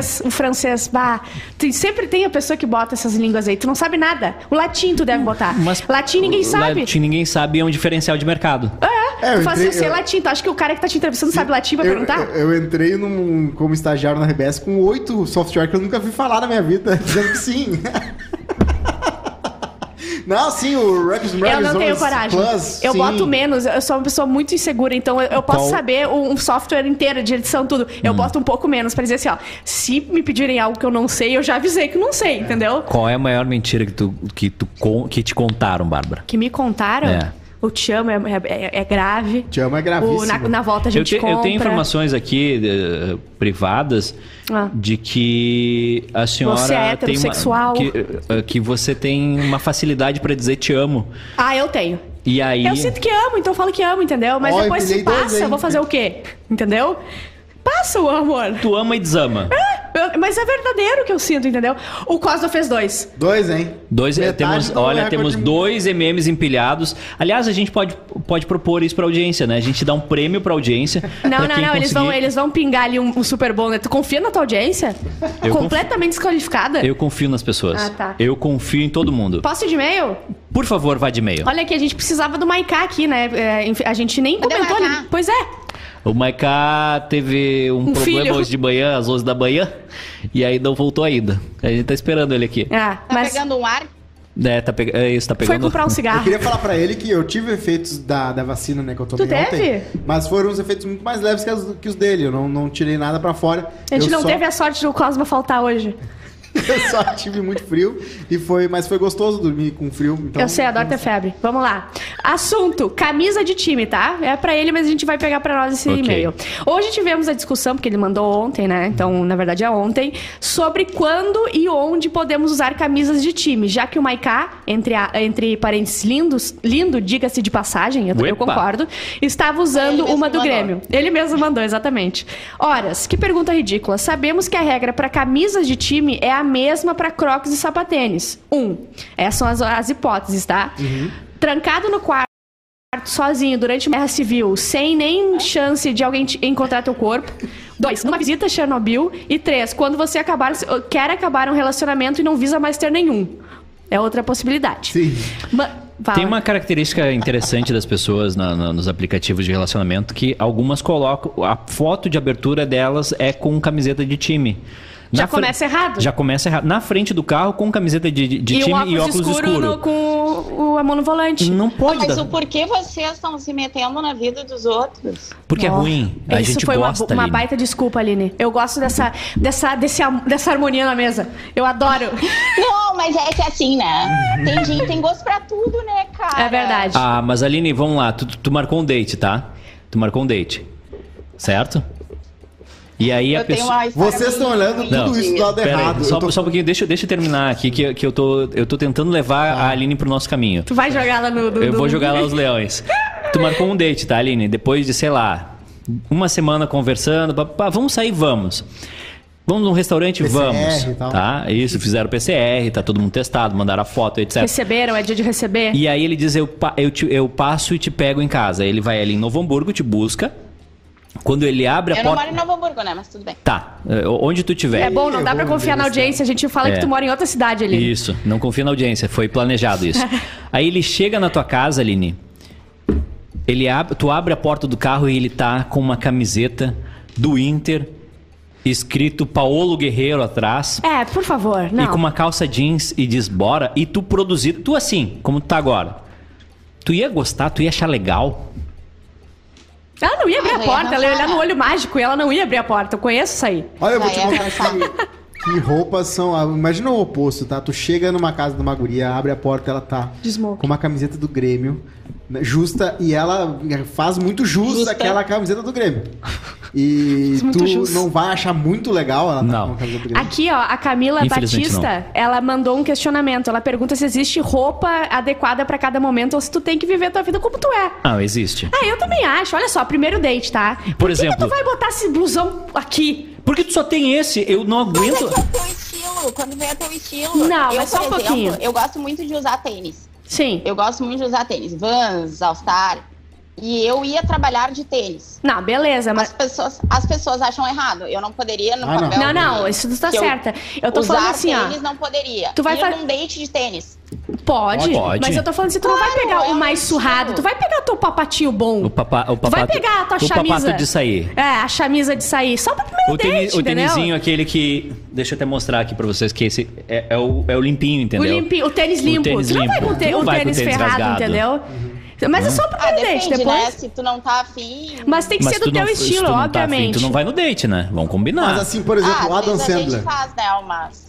S2: francês, o francês, bah. Tem, sempre tem a pessoa que bota essas línguas aí. Tu não sabe nada. O latim tu deve botar. latim ninguém sabe.
S1: Latim Né, ninguém sabe é um diferencial de mercado.
S3: É, eu
S2: tu faz
S3: entrei-
S2: assim, sei
S3: eu-
S2: latim. Tu acha que o cara que tá te entrevistando sabe latim pra
S3: eu,
S2: perguntar?
S3: eu- eu entrei num, como estagiário na RBS com oito software que eu nunca vi falar na minha vida, dizendo que sim. Não, sim, o Records
S2: Eu não tenho coragem.
S3: Plus,
S2: eu
S3: sim.
S2: boto menos. Eu sou uma pessoa muito insegura, então eu, eu posso
S1: Qual-
S2: saber um, um software inteiro de edição, tudo. Eu
S3: Hum.
S2: boto um pouco menos pra dizer assim, ó. Se me pedirem algo que eu não sei, eu já avisei que não sei, entendeu?
S1: Qual é a maior mentira que, tu, que, tu, con- que te contaram, Bárbara?
S2: Que me contaram,
S1: É.
S2: o te amo é, é- é grave.
S3: Te amo é
S2: O,
S3: gravíssimo.
S2: na, na volta a gente
S1: eu, te-
S2: compra.
S1: eu tenho informações aqui eh, privadas
S2: Ah.
S1: de que a senhora
S2: Você é
S1: tem
S2: heterossexual.
S1: uma, que, eh, que você tem uma facilidade pra dizer te amo.
S2: Ah, eu tenho.
S1: E aí
S2: Eu sinto que amo, então eu falo que amo, entendeu? Mas
S3: Ó,
S2: depois se
S3: empilhei dois,
S2: passa,
S3: hein?
S2: eu vou fazer o quê? Entendeu? Passa o amor.
S1: tu ama e desama.
S2: Eu- mas é verdadeiro o que eu sinto, entendeu? O Cosmo fez dois.
S3: Dois, hein?
S1: Dois, eh,
S3: Metade
S1: temos,
S3: do
S1: olha,
S3: recorde
S1: temos
S3: mundial.
S1: dois MMs empilhados. Aliás, a gente pode, pode propor isso pra audiência, né? A gente dá um prêmio pra audiência. pra
S2: Não, não, não.
S1: quem
S2: Eles,
S1: conseguir-
S2: vão, eles vão pingar ali um, um super bônus. Tu confia na tua audiência?
S1: Eu
S2: Completamente desqualificada?
S1: Eu confio nas pessoas.
S2: Ah, tá.
S1: Eu confio em todo mundo.
S2: Posso ir de e-mail?
S1: Por favor, vá de e-mail.
S2: Olha aqui, a gente precisava do Maiká aqui, né? É, enfim, a gente nem
S4: Cadê o
S2: comentou ali.
S4: Maiká?
S2: Pois é.
S1: O Maiká teve um,
S2: Um
S1: problema
S2: filho.
S1: hoje de manhã, às 11 da manhã, e aí não voltou ainda. A gente tá esperando ele aqui.
S2: Ah,
S4: Tá
S2: mas
S4: pegando um ar?
S1: É, tá pe... é isso, tá
S2: foi
S1: pegando.
S2: comprar um
S3: Eu
S2: cigarro.
S3: queria falar pra ele que eu tive efeitos da, da vacina, né, que eu tomei
S2: Tu teve?
S3: ontem. Mas foram uns efeitos muito mais leves que, as- que os dele. Eu não, não tirei nada pra fora.
S2: A gente
S3: eu
S2: não
S3: só,
S2: teve a sorte do Cosmo faltar hoje.
S3: Eu só tive muito frio. E foi, mas foi gostoso dormir com frio. Então,
S2: eu sei, adoro ter febre. Vamos lá. Assunto: camisa de time, tá? É pra ele, mas a gente vai pegar pra nós esse
S1: Ok.
S2: e-mail. Hoje tivemos a discussão, porque ele mandou ontem, né? Então, na verdade, é ontem, sobre quando e onde podemos usar camisas de time, já que o Maiká, entre, a- entre parênteses lindos, lindo, diga-se de passagem, eu, eu
S1: Epa.
S2: concordo, estava usando
S4: Ele
S2: uma
S4: mesmo
S2: do
S4: mandou.
S2: Grêmio. Ele mesmo mandou, exatamente. Horas, que pergunta ridícula. Sabemos que a regra para camisas de time é a mesma para crocs e sapatênis. Um, essas são as, as hipóteses, tá?
S4: Uhum.
S2: Trancado no quarto. Sozinho durante uma guerra civil, sem nem chance de alguém te- encontrar teu corpo. Dois, numa visita a Chernobyl. E três, quando você acabar, quer acabar um relacionamento e não visa mais ter nenhum. É outra possibilidade.
S3: Sim.
S2: Ma- fala.
S1: Tem uma característica interessante das pessoas na- na- nos aplicativos de relacionamento que algumas colocam. A foto de abertura delas é com camiseta de time.
S2: Já
S1: fre-
S2: começa errado.
S1: Já começa errado. Na frente do carro com camiseta de, de- de
S2: e
S1: time
S2: um óculos
S1: e óculos
S2: escuro,
S1: escuro.
S2: no- com o, o- a mão no Ah, volante.
S1: Não pode
S4: Mas
S1: dar.
S4: o porquê vocês estão se metendo na vida dos outros?
S1: Porque
S2: Ó,
S1: é ruim. A
S2: isso
S1: gente
S2: foi uma-
S1: gosta.
S2: uma,
S1: Aline.
S2: baita desculpa, Aline. Eu gosto dessa, dessa, desse, am- dessa harmonia na mesa. Eu adoro.
S4: Não, mas é que assim, né? Tem gente, tem gosto pra tudo, né, cara?
S2: Uhum. É verdade.
S1: Ah, mas Aline, vamos lá. Tu, tu marcou um date, tá? Tu marcou um date. Certo? E aí a
S4: Eu tenho um
S1: pessoa.
S4: uma história
S3: Vocês estão
S4: bem
S3: olhando
S4: ruim
S3: tudo
S4: de-
S3: isso do lado
S1: Pera aí,
S3: errado.
S1: só,
S3: eu tô-
S1: só um pouquinho, deixa, eu- deixa eu terminar aqui que, que eu, tô, eu tô tentando levar
S3: Tá.
S1: a Aline pro nosso caminho.
S2: Tu vai jogar lá no. no-
S1: Eu
S2: no-
S1: vou jogar lá os leões. Tu marcou um date, tá, Aline? Depois de, sei lá, uma semana conversando, pá, pá, vamos sair, vamos. Vamos num restaurante,
S3: PCR
S1: vamos.
S3: e tal.
S1: Tá? Isso, fizeram PCR, tá todo mundo testado, mandaram a foto, etc.
S2: Receberam, é dia de receber.
S1: E aí ele diz: eu, pa- eu, te- eu passo e te pego em casa. Ele vai ali em Novo Hamburgo, te busca. Quando ele abre a
S4: Eu não
S1: porta.
S4: moro em Novo Hamburgo, né? Mas tudo bem.
S1: Tá, é, onde tu tiver.
S2: É bom, não
S3: Eu
S2: dá pra
S3: vou
S2: confiar na
S3: entrevistar.
S2: audiência. A gente fala
S1: É.
S2: que tu mora em outra cidade ali.
S1: Isso, não confia na audiência, foi planejado isso. Aí ele chega na tua casa, Aline. Ele ab... Tu abre a porta do carro e ele tá com uma camiseta do Inter, escrito Paolo Guerreiro atrás,
S2: É, por favor, não.
S1: e com uma calça jeans e diz bora. E tu produzido, tu assim, como tu tá agora. Tu ia gostar, tu ia achar legal.
S2: Ela não ia abrir
S4: Ah,
S2: a
S4: eu ia
S2: porta, ela ia olhar
S4: arranjar.
S2: no olho mágico e ela não ia abrir a porta. Eu conheço isso aí.
S3: Olha, eu vou te
S4: Vai, é
S3: contar que, que roupas são. ah, Imagina o oposto, tá? Tu chega numa casa de uma guria, abre a porta, ela tá
S2: De smoking.
S3: com uma camiseta do Grêmio, né, justa, e ela faz muito jus
S4: Justa.
S3: daquela camiseta do Grêmio. E
S2: Muito
S3: tu
S2: jus.
S3: não vai achar muito legal ela tá
S1: Não.
S3: com uma camiseta do Grêmio.
S2: Aqui, ó, a Camila
S1: Infelizmente,
S2: Batista, ela mandou um questionamento. Ela pergunta se existe roupa adequada pra cada momento ou se tu tem que viver a tua vida como tu é.
S1: Não, existe.
S2: Ah, eu também acho. Olha só, primeiro date, tá? Por, que
S1: exemplo-
S2: Que tu vai botar esse blusão aqui?
S1: Porque tu só tem esse, eu não
S4: Mas
S1: aguento.
S4: é que é o teu estilo, quando vem é o teu estilo.
S2: Não,
S4: eu,
S2: mas só
S4: por
S2: um pouquinho.
S4: Eu gosto muito de usar tênis.
S2: Sim.
S4: Eu gosto muito de usar tênis. Vans, All-Star. E eu ia trabalhar de tênis.
S2: Não, beleza,
S4: As
S2: mas.
S4: pessoas, as pessoas acham errado. Eu não poderia no
S3: Ah, não.
S2: Não,
S4: papel.
S2: não,
S4: de-
S2: isso tu tá
S4: é que eu
S2: certa. Eu tô
S4: usar
S2: falando assim,
S4: tênis
S2: ó.
S4: não poderia.
S2: Tu vai
S4: Ir
S2: fa-
S4: num date de tênis.
S2: Pode,
S1: Pode.
S2: mas eu tô falando assim, tu não vai
S4: Claro,
S2: pegar
S4: é
S2: o
S4: um
S2: mais
S4: estilo.
S2: surrado, tu vai pegar teu papatinho bom.
S1: O papá, o
S2: Tu
S1: papato,
S2: vai pegar a tua
S1: o
S2: chamisa.
S1: papato de sair.
S2: É, a chamisa de sair. Só pro primeiro
S1: O,
S2: date,
S1: teni, o
S2: entendeu?
S1: tenizinho, aquele que. Deixa eu até mostrar aqui pra vocês que esse é, é o, é o limpinho,
S2: O,
S1: entendeu?
S2: limpi, o tênis
S1: O
S2: limpo.
S1: tênis
S2: tu não vai
S1: limpo.
S2: com o, te-
S1: Tu não
S2: o
S1: vai com o
S2: tênis
S1: tênis
S2: ferrado,
S1: rasgado.
S2: entendeu? Mas é só pro
S4: Ah,
S2: primeiro date,
S4: depende,
S2: depois.
S4: né? Se tu não tá afim...
S2: Mas tem que
S1: Mas
S2: ser do
S1: tu
S2: teu
S1: não- se tu
S2: estilo,
S1: não tá afim,
S2: obviamente.
S1: tu não vai no date, né? Vamos combinar.
S3: Mas assim, por exemplo,
S4: ah, às
S3: Adam
S4: vezes a
S3: Sandler.
S4: gente faz, né, mas...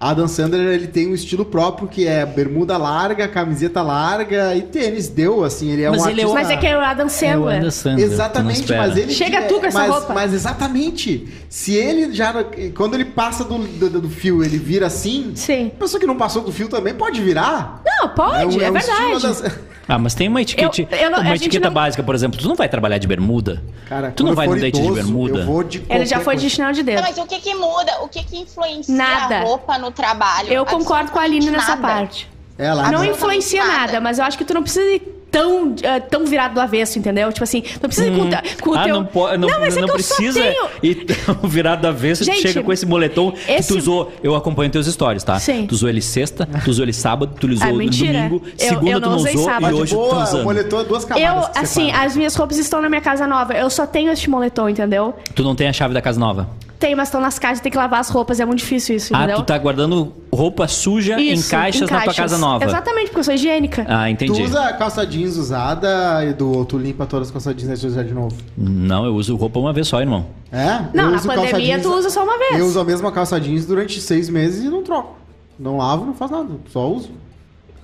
S3: Adam Sandler, ele tem um estilo próprio que é bermuda larga, camiseta larga e tênis. Deu, assim, ele é
S1: Mas
S3: um
S1: ele é
S3: artista...
S1: o-
S2: Mas é que é o Adam Sandler.
S1: assim.
S3: Exatamente, mas ele. é,
S2: Chega tu com essa
S3: mas,
S2: roupa.
S3: Mas exatamente. Se ele já. Quando ele passa do, do, do fio, ele vira assim.
S2: Sim.
S3: A pessoa que não passou do fio também pode virar.
S2: Não, pode, é,
S3: um- um
S2: verdade.
S3: estilo da-
S1: Ah, mas tem uma etiqueta,
S2: Eu- eu não-
S1: uma
S2: a gente
S1: etiqueta
S2: não-
S1: básica, por exemplo. Tu não vai trabalhar de bermuda?
S3: Cara,
S1: tu não
S3: quando
S1: vai
S3: eu
S1: no
S3: for
S1: date de
S3: idoso,
S1: bermuda?
S3: Eu vou de
S2: Ele já
S3: qualquer
S2: foi de
S3: coisa.
S2: chinelo de
S4: Não,
S2: dedo.
S4: mas o que que muda? O que que influencia
S2: Nada.
S4: a roupa no trabalho?
S2: Eu concordo com a Aline nessa
S4: Nada.
S2: parte.
S3: Ela,
S2: não
S3: né?
S2: influencia
S4: nada.
S2: nada, mas eu acho que tu não precisa ir tão, eh, tão virado do avesso, entendeu? Tipo assim, não precisa ir com, o te- com o
S1: ah,
S2: teu...
S1: não, po- não,
S2: mas é
S1: não
S2: que
S1: precisa
S2: eu só tenho...
S1: e então, virado da vez, tu
S2: Gente,
S1: chega com esse moletom que
S2: esse-
S1: tu usou. Eu acompanho teus stories, tá?
S2: Sim.
S1: Tu usou ele sexta, tu usou ele sábado, tu usou
S2: Ah,
S1: ele
S2: mentira.
S1: domingo,
S2: Eu-
S1: segunda
S2: eu
S1: tu
S2: não
S1: não
S2: usei
S1: usou
S2: sábado.
S1: e
S3: Mas
S1: hoje
S3: de boa,
S1: tu tá
S3: o
S1: usando.
S3: moletom é duas
S2: Eu,
S3: camadas. que
S2: assim,
S3: separam.
S2: as minhas roupas estão na minha casa nova. Eu só tenho este moletom, entendeu?
S1: Tu não tem a chave da casa nova.
S2: Tem, mas estão nas caixas, tem que lavar as roupas. É muito difícil isso,
S1: Ah,
S2: entendeu?
S1: tu tá guardando roupa suja
S2: Isso,
S1: em, caixas na tua casa nova.
S2: Exatamente, porque eu sou higiênica.
S1: Ah, entendi.
S3: Tu usa calça jeans usada, Edu, ou tu limpa todas as calça jeans antes de usar de novo?
S1: Não, eu uso roupa uma vez só, irmão.
S3: É?
S2: Não,
S3: eu
S2: na
S3: uso calça
S2: pandemia
S3: jeans-
S2: tu usa só uma vez.
S3: Eu uso a mesma calça jeans durante seis meses e não troco. Não lavo, não faço nada, só uso.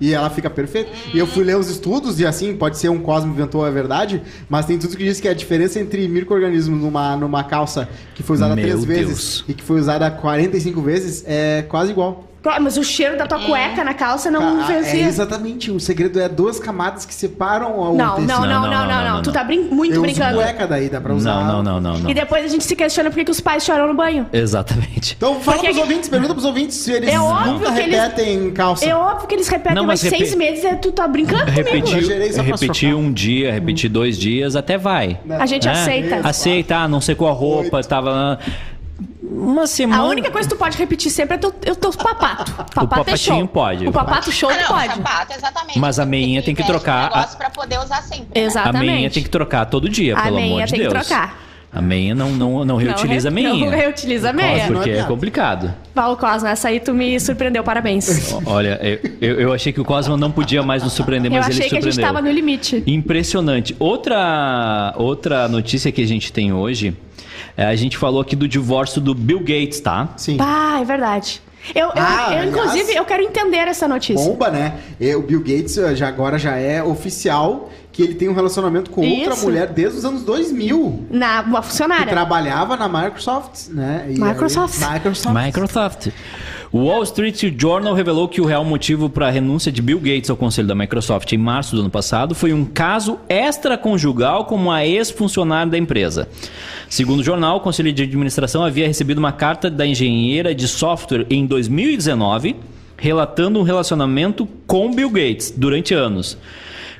S3: E ela fica perfeita. E eu fui ler os estudos, e assim, pode ser um Cosmo inventou a verdade, mas tem tudo que diz que é a diferença entre micro-organismos numa, numa calça que foi usada
S1: Meu Deus.
S3: três vezes e que foi usada 45 vezes é quase igual.
S2: Claro, Mas o cheiro da tua cueca na calça não
S3: Ca- Ah. é
S2: influencia.
S3: exatamente, o segredo é duas camadas que separam o
S2: não, não, não, não, não, não,
S1: não.
S2: Tu tá brin- muito
S3: Eu uso
S2: brincando.
S3: cueca daí, dá pra usar.
S1: Não, não, não, não, não.
S2: E depois a gente se questiona por que que os pais choram no banho.
S1: Exatamente.
S3: Então fala
S2: Porque-
S3: pros ouvintes, pergunta pros ouvintes se eles
S2: É óbvio
S3: nunca
S2: que eles-
S3: repetem calça.
S2: É óbvio que eles repetem,
S1: Não,
S2: mas
S1: mas
S2: seis
S1: repe-
S2: meses é- tu tá brincando comigo.
S1: Repetir,
S3: Eu gerei só pra
S1: repetir
S3: chocar.
S1: um dia, repetir dois dias, até vai.
S2: A Hum. gente
S1: É,
S2: aceita.
S1: Aceita, ah, não sei qual roupa, tava. Uma semana.
S2: A única coisa que tu pode repetir sempre é teu, é o teu papato. Papato é
S1: papatinho
S2: show.
S1: pode.
S2: O papato show
S4: Ah, não,
S2: pode.
S4: sapato, exatamente.
S1: Mas a meinha tem que
S4: veste
S1: trocar
S4: Um negócio
S1: a-
S4: pra poder usar sempre. né?
S1: A
S2: Exatamente.
S1: meinha tem que trocar todo dia,
S2: A
S1: pelo
S2: meinha
S1: amor de
S2: tem que
S1: Deus.
S2: trocar.
S1: A meinha não, não, não reutiliza
S2: não,
S1: a
S2: re-
S1: meinha.
S2: Não reutiliza a meia.
S1: Nossa, porque
S3: Não é
S1: é
S3: piada.
S1: complicado.
S2: Paulo Cosma, essa aí tu me surpreendeu, parabéns.
S1: Olha, eu, eu- eu achei que o Cosmo não podia mais nos surpreender,
S2: Eu
S1: mas ele
S2: achei que a
S1: surpreendeu.
S2: gente tava no limite.
S1: Impressionante. Outra, outra notícia que a gente tem hoje, é, a gente falou aqui do divórcio do Bill Gates, tá?
S3: Sim.
S2: Ah, é verdade. Eu, eu-
S3: Ah,
S2: eu,
S3: aliás.
S2: inclusive, eu quero entender essa notícia.
S3: Bomba, né? E o Bill Gates eh, já agora já é oficial que ele tem um relacionamento com outra
S2: Isso.
S3: mulher desde os anos 2000.
S2: Na uma
S3: Que
S2: funcionária.
S3: trabalhava na Microsoft, né? E aí-
S2: Microsoft.
S3: Microsoft.
S1: Microsoft. O Wall Street Journal revelou que o real motivo para a renúncia de Bill Gates ao conselho da Microsoft em março do ano passado foi um caso extraconjugal com uma ex-funcionária da empresa. Segundo o jornal, o conselho de administração havia recebido uma carta da engenheira de software em 2019 relatando um relacionamento com Bill Gates durante anos.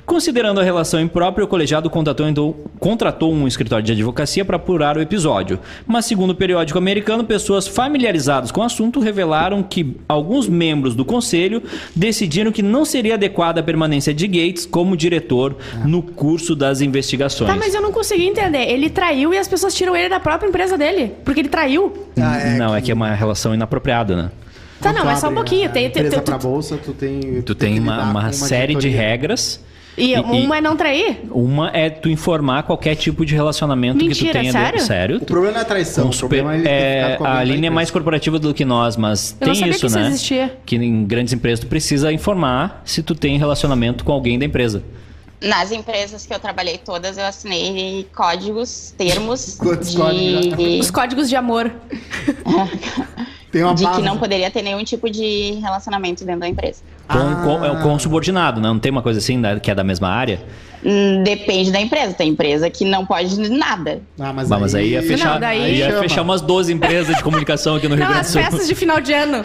S1: Considerando a relação imprópria, o colegiado contratou, então, contratou um escritório de advocacia para apurar o episódio. Mas, segundo o periódico americano, pessoas familiarizadas com o assunto revelaram que alguns membros do conselho decidiram que não seria adequada a permanência de Gates como diretor no curso das investigações.
S2: Tá, mas eu não consegui entender. Ele traiu e as pessoas tiram ele da própria empresa dele. Porque ele traiu.
S3: Ah, é
S1: não, é que é uma relação inapropriada, né?
S2: Tá, não,
S3: tu
S2: é só um
S3: abre
S2: pouquinho.
S3: a
S2: Tem, tem,
S3: empresa
S2: tem,
S3: pra
S2: tu-
S3: bolsa, tu tem...
S1: Tu tem
S3: que
S1: uma,
S3: lidar
S1: uma
S3: com
S1: série de
S3: diretoria.
S1: regras.
S2: e
S1: E-
S2: uma é não trair?
S1: Uma é tu informar qualquer tipo de relacionamento que tu
S2: Mentira,
S1: tenha.
S2: sério?
S1: sério
S3: O problema não é a traição,
S1: Um
S3: o
S1: super-
S3: problema é ele ter
S1: é,
S3: ficado com alguém
S1: a
S3: da
S1: linha é mais
S3: empresa.
S1: corporativa do que nós, mas
S2: Eu não
S1: tem
S2: sabia
S1: isso,
S2: que isso
S1: né?
S2: existia.
S1: Que em grandes empresas tu precisa informar se tu tem relacionamento com alguém da empresa.
S4: Nas empresas que eu trabalhei todas, eu assinei códigos, termos
S3: Quantos
S4: de,
S3: códigos
S2: Os códigos de amor.
S3: Tem uma
S4: de
S3: base.
S4: que não poderia ter nenhum tipo de relacionamento dentro da empresa.
S1: Com,
S3: Ah.
S1: com- é o com subordinado, né? Não tem uma coisa assim né, que é da mesma área?
S4: Hum, Depende da empresa. Tem empresa que não pode nada.
S3: Ah,
S1: Mas, mas aí ia fechar,
S2: Não, daí-
S1: ia
S3: chama.
S1: fechar umas 12 empresas de comunicação aqui no Rio
S2: Não,
S1: Grande do
S2: as
S1: Sul.
S2: festas de final de ano.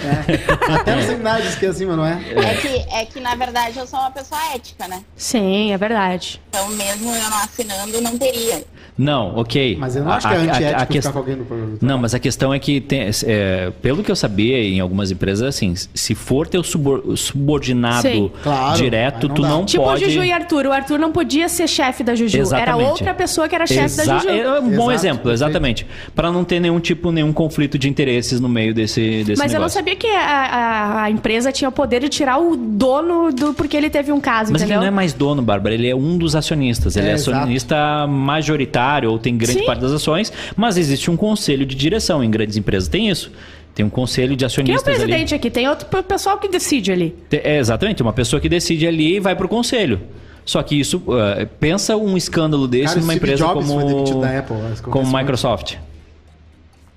S3: Até no seminário diz que é assim, mas não é?
S4: É que, é que, na verdade, eu sou uma pessoa ética, né?
S2: Sim, é verdade.
S4: Então, mesmo eu não assinando, não teria.
S1: Não, ok.
S3: Mas eu não acho
S1: A-
S3: que é
S1: a- a- a
S3: antiético
S1: questão-
S3: ficar com alguém no programa.
S1: Não, mas a questão é que, tem- é, pelo que eu sabia em algumas empresas, assim, se for teu subor- subordinado
S2: Sim.
S3: Claro,
S1: direto,
S3: aí não
S1: tu
S3: dá.
S1: não
S2: Tipo
S1: pode...
S2: o Juju e Arthur. O Arthur não podia ser chefe da Juju. Era
S1: Exatamente.
S2: outra pessoa que era chefe da
S1: Exa-
S2: Juju.
S1: É um bom
S3: Exato,
S1: exemplo,
S3: perfeito.
S1: exatamente. Para não ter nenhum tipo, nenhum conflito de interesses no meio desse, desse
S2: Mas eu não
S1: negócio.
S2: sabia que a, a- a empresa tinha o poder de tirar o dono do porque ele teve um caso,
S1: Mas ele
S2: entendeu?
S1: não é mais dono, Bárbara, ele é um dos acionistas. Ele é,
S3: É, exato.
S1: acionista majoritário ou tem grande
S2: Sim.
S1: parte das ações, mas existe um conselho de direção. Em grandes empresas tem isso. Tem um conselho de
S2: Quem é o
S1: acionistas ali.
S2: presidente aqui? Tem outro pe- pessoal que decide ali.
S1: Te- É, exatamente, uma pessoa que decide ali e vai pro conselho. Só que isso, eh, pensa um escândalo desse
S3: Cara, o
S1: numa
S3: Steve
S1: empresa
S3: Jobs
S1: como,
S3: foi demitido da Apple, mas qualquer
S1: como
S3: coisa.
S1: Microsoft.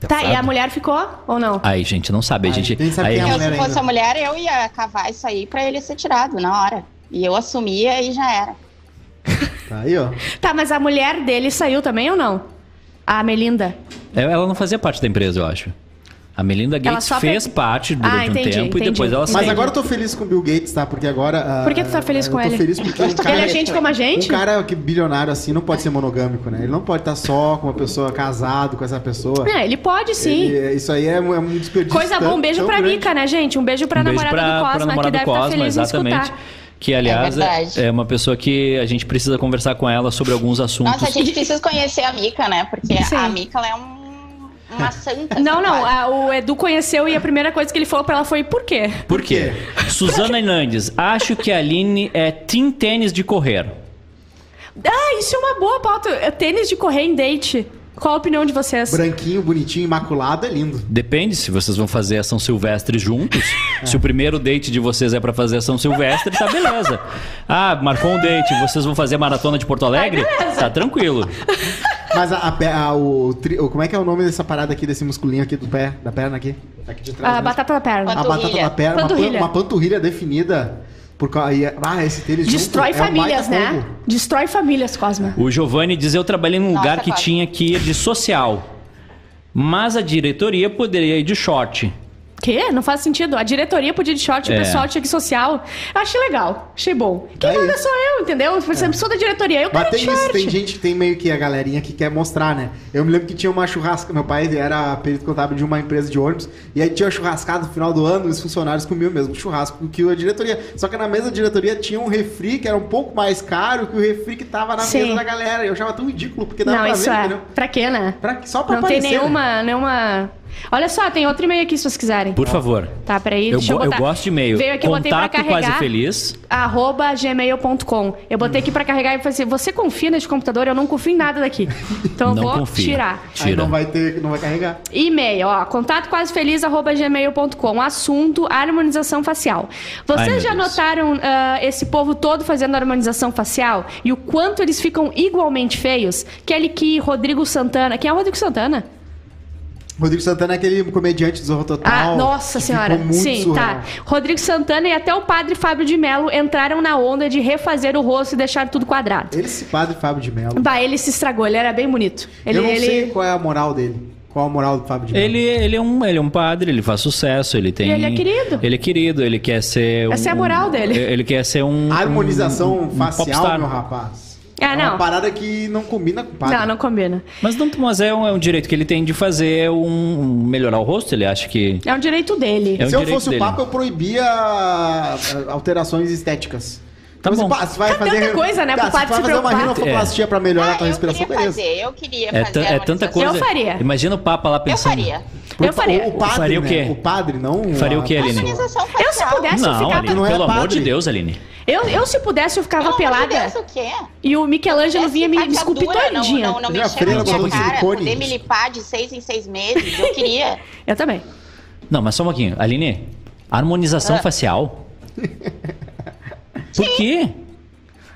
S2: Tá, e a
S1: Sabe?
S2: mulher ficou ou não?
S1: Aí, gente, não sabe. A
S3: Ai,
S1: gente,
S3: nem sabe
S1: aí
S3: quem é
S1: a
S3: a
S4: Eu,
S3: mulher
S4: se fosse
S3: ainda.
S4: a mulher, eu ia cavar isso aí pra ele ser tirado na hora. E eu assumia e já era.
S3: Tá aí, ó.
S2: Tá, mas a mulher dele saiu também ou não? A Melinda.
S1: É, Ela não fazia parte da empresa, eu acho. A Melinda
S2: Ela
S1: Gates
S2: só pe-
S1: fez parte durante
S2: Ah, entendi,
S1: um tempo e
S2: entendi.
S1: depois ela
S3: Mas
S1: saiu. Um
S3: agora eu tô feliz com o Bill Gates, tá? Porque agora. ah,
S2: Por que tu tá feliz com
S3: eu
S2: ele?
S3: Tô feliz porque um cara,
S2: Ele é gente como a gente?
S3: Um cara que bilionário assim não pode ser monogâmico, né? Ele não pode estar só com uma pessoa casado com essa pessoa.
S2: É, ele pode sim.
S3: Ele- isso aí é, um- é um desperdício.
S2: Coisa boa, um beijo
S3: tão
S2: pra
S3: grande.
S2: Mica, né, gente? Um beijo pra
S1: um beijo
S2: namorada do Cosma, que
S1: namorada
S2: deve
S1: do
S2: estar feliz em
S1: exatamente.
S2: escutar.
S1: Que, aliás,
S4: verdade.
S1: é, é uma pessoa que a gente precisa conversar com ela sobre alguns assuntos.
S4: Nossa, a gente precisa conhecer a Mika, né? Porque
S2: Sim.
S4: a Mika ela é um, uma santa.
S2: Não, não,
S4: sabe?
S2: a- o Edu conheceu e a primeira coisa que ele falou pra ela foi por quê?
S1: Por quê? Suzana Hernandes, acho que a Aline é team tênis de correr.
S2: Ah, isso é uma boa pauta. É Tênis de correr em date. Qual a opinião de vocês?
S3: Branquinho, bonitinho, imaculado, é lindo.
S1: Depende se vocês vão fazer a São Silvestre juntos. Se o primeiro date de vocês é pra fazer a São Silvestre, tá beleza. Ah, marcou um date, vocês vão fazer a maratona de Porto Alegre? tá tranquilo.
S3: Mas a, a pe- a- o, tri- o- Como é que é o nome dessa parada aqui, desse musculinho aqui do pé, da perna aqui? Aqui de
S2: A
S3: trás. né?
S2: Ah, batata da perna.
S3: A batata
S4: Panturrilha.
S3: da perna, uma pan-
S2: Panturrilha.
S3: Uma, panturrilha definida. Por, cau- aí, ah, esse tênis junto
S2: Destrói
S3: é um
S2: famílias,
S3: baita
S2: né?
S3: combo.
S2: Destrói famílias, Cosma.
S1: O Giovanni diz: Eu trabalhei num lugar
S4: Nossa,
S1: que
S4: quase.
S1: tinha que ir de social. Mas a diretoria poderia ir de short.
S2: Quê? Não faz sentido. A diretoria podia ir de short,
S1: É.
S2: o pessoal tinha que ir social. Eu achei legal. Achei bom. Quem
S3: Aí.
S2: manda sou eu, entendeu? Você é. sou da diretoria, eu
S3: Mas
S2: quero de
S3: tem isso,
S2: short.
S3: tem gente, tem meio que a galerinha que quer mostrar, né? Eu me lembro que tinha uma churrasca, meu pai ele era perito contábil de uma empresa de ônibus, e aí tinha churrascado no final do ano, e os funcionários comiam o mesmo churrasco que a diretoria. Só que na mesa da diretoria tinha um refri que era um pouco mais caro que o refri que tava na
S2: Sim.
S3: mesa da galera. Eu achava tão ridículo, porque dava
S2: Não,
S3: pra
S2: isso
S3: ver,
S2: é.
S3: entendeu?
S2: Pra quê, né?
S3: Pra, que- só pra
S2: Não
S3: aparecer.
S2: tem
S3: né?
S2: nenhuma, nenhuma. Olha só, tem outro e-mail aqui se vocês quiserem.
S1: Por favor.
S2: Tá, peraí,
S1: Eu,
S2: deixa eu
S1: go- eu
S2: botar.
S1: gosto de e-mail.
S2: Veio aqui, eu botei pra
S1: Contato
S2: carregar.
S1: quase feliz.
S2: arroba gmail.com. Eu botei aqui pra carregar e falei assim, você confia nesse computador? Eu não confio em nada daqui. Então eu
S1: não
S2: vou
S1: confia.
S2: tirar.
S3: Aí
S1: Tira.
S3: não vai ter, não vai carregar.
S2: E-mail, ó, contato quase feliz, arroba gmail.com. Assunto, harmonização facial. Vocês
S1: Ai, meu
S2: já
S1: Deus.
S2: notaram ah, esse povo todo fazendo harmonização facial? E o quanto eles ficam igualmente feios? Kelly Key, Rodrigo Santana. Quem é o Rodrigo Santana?
S3: Rodrigo Santana é aquele comediante do Zorro Total.
S2: Ah, nossa
S3: que
S2: senhora.
S3: ficou muito
S2: Sim,
S3: surreal.
S2: tá. Rodrigo Santana e até o padre Fábio de Mello entraram na onda de refazer o rosto e deixar tudo quadrado.
S3: Esse padre Fábio de Mello.
S2: Bah, ele se estragou, ele era bem bonito. Ele,
S3: eu não
S2: ele-
S3: sei qual é a moral dele. Qual a moral do Fábio de Mello?
S1: Ele, ele, é um, ele é um padre, ele faz sucesso, ele tem.
S2: E ele é querido.
S1: Ele é querido, ele quer ser. um
S2: Essa é a moral dele.
S1: Ele quer ser um.
S3: Harmonização
S1: um- um
S3: facial,
S1: popstar.
S3: meu rapaz.
S2: É,
S3: uma
S2: não.
S3: parada que não combina com o padre.
S2: Não, não combina.
S1: Mas, não, mas é, um, é um direito que ele tem de fazer um, um- melhorar o rosto, ele acha que.
S2: É um direito dele.
S1: É um
S3: Se eu
S1: direito
S3: fosse
S1: dele.
S3: o Papa, eu proibia ah, alterações estéticas.
S1: Tá
S3: Então,
S1: bom.
S3: pá, você vai
S2: Tá, tem
S3: fazer
S2: outra coisa, né,
S3: Tá,
S2: pro
S3: se
S2: padre
S3: vai
S2: se
S3: fazer uma
S2: preocupar. Ah,
S3: rinoplastia pra
S2: é-
S3: melhorar a tua respiração,
S4: Ah, eu queria
S3: beleza.
S4: fazer, eu queria
S1: É,
S4: fazer.
S1: tan- é
S4: a
S1: tanta
S4: harmonização.
S1: coisa.
S2: Eu faria.
S1: Imagina o Papa lá
S4: Eu
S1: pensando.
S4: faria.
S2: Eu faria.
S3: O padre,
S1: Faria o
S3: né?
S1: quê?
S3: O padre, não. ah, tá.
S1: Faria o
S3: a
S1: quê, Aline?
S3: pessoa.
S4: Harmonização
S2: Eu, se
S4: facial.
S2: pudesse, eu
S1: Não,
S2: ficava.
S1: Aline,
S3: Não é
S1: pelo amor
S3: padre.
S1: de Deus, Aline.
S2: Eu, eu, se pudesse, eu ficava
S4: Pelo amor de
S2: pelada.
S4: Deus, o quê?
S2: e o
S4: É
S2: Michelangelo vinha me
S4: Pudesse ficar
S2: esculpir
S4: tá dura, assim, não,
S2: todinha.
S4: não, né? não
S3: Já
S4: mexer
S3: freia
S4: na
S3: botou
S4: minha cara,
S3: silicone.
S4: poder me limpar de seis em seis meses, eu queria.
S2: Eu também.
S1: Não, mas só um pouquinho. Aline, harmonização facial? Por quê?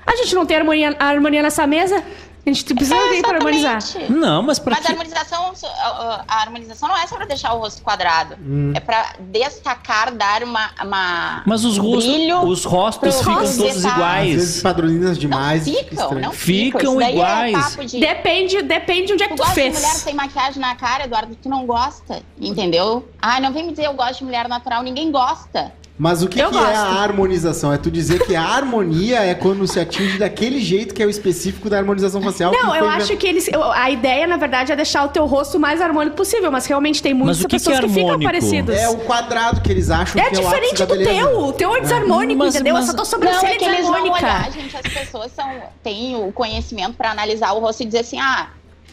S2: A gente não tem harmonia, harmonia nessa mesa? A gente precisa de alguém pra harmonizar.
S4: É, Exatamente.
S1: Não, mas pra
S4: Mas a
S1: quê?
S4: harmonização, a a harmonização não é só pra deixar o rosto quadrado. É pra destacar, dar uma. uma
S1: Mas os rostos,
S4: brilho
S1: os rostos
S4: pro-
S1: ficam
S4: pros
S1: todos
S4: detalhes.
S3: Às vezes
S1: iguais.
S3: padroniza demais. fica
S4: ficam,
S3: estranho.
S4: não ficam.
S1: Ficam
S4: Isso daí
S1: iguais.
S4: É papo de...
S2: Depende, depende onde é
S4: Tu
S2: que tu
S4: gosta de mulher
S2: fez.
S4: sem maquiagem na cara, Eduardo, tu não gosta, entendeu? Ai, não vem me dizer eu gosto de mulher natural, ninguém gosta.
S3: Mas o que,
S2: Eu
S3: que é a
S2: gosto.
S3: harmonização? É tu dizer que a harmonia é quando se atinge daquele jeito que é o específico da harmonização facial.
S2: Não,
S3: que
S2: eu
S3: foi
S2: acho que eles. eu- A ideia, na verdade, é deixar o teu rosto o mais harmônico possível, mas realmente tem muitas
S1: Mas o que que
S2: pessoas
S1: é
S2: que, ficam
S1: harmônico?
S2: parecidas.
S3: É o quadrado que eles acham
S2: É
S3: que é o ápice
S2: diferente
S3: da
S2: do
S3: beleza.
S2: teu. O teu é desarmônico,
S1: Mas-
S2: entendeu?
S1: mas-
S2: Essa tua
S4: Não,
S2: sobrancelha
S4: é
S2: é
S4: que eles vão
S2: desarmônica.
S4: olhar, gente, as pessoas são, têm o conhecimento pra analisar o rosto e dizer assim, ah,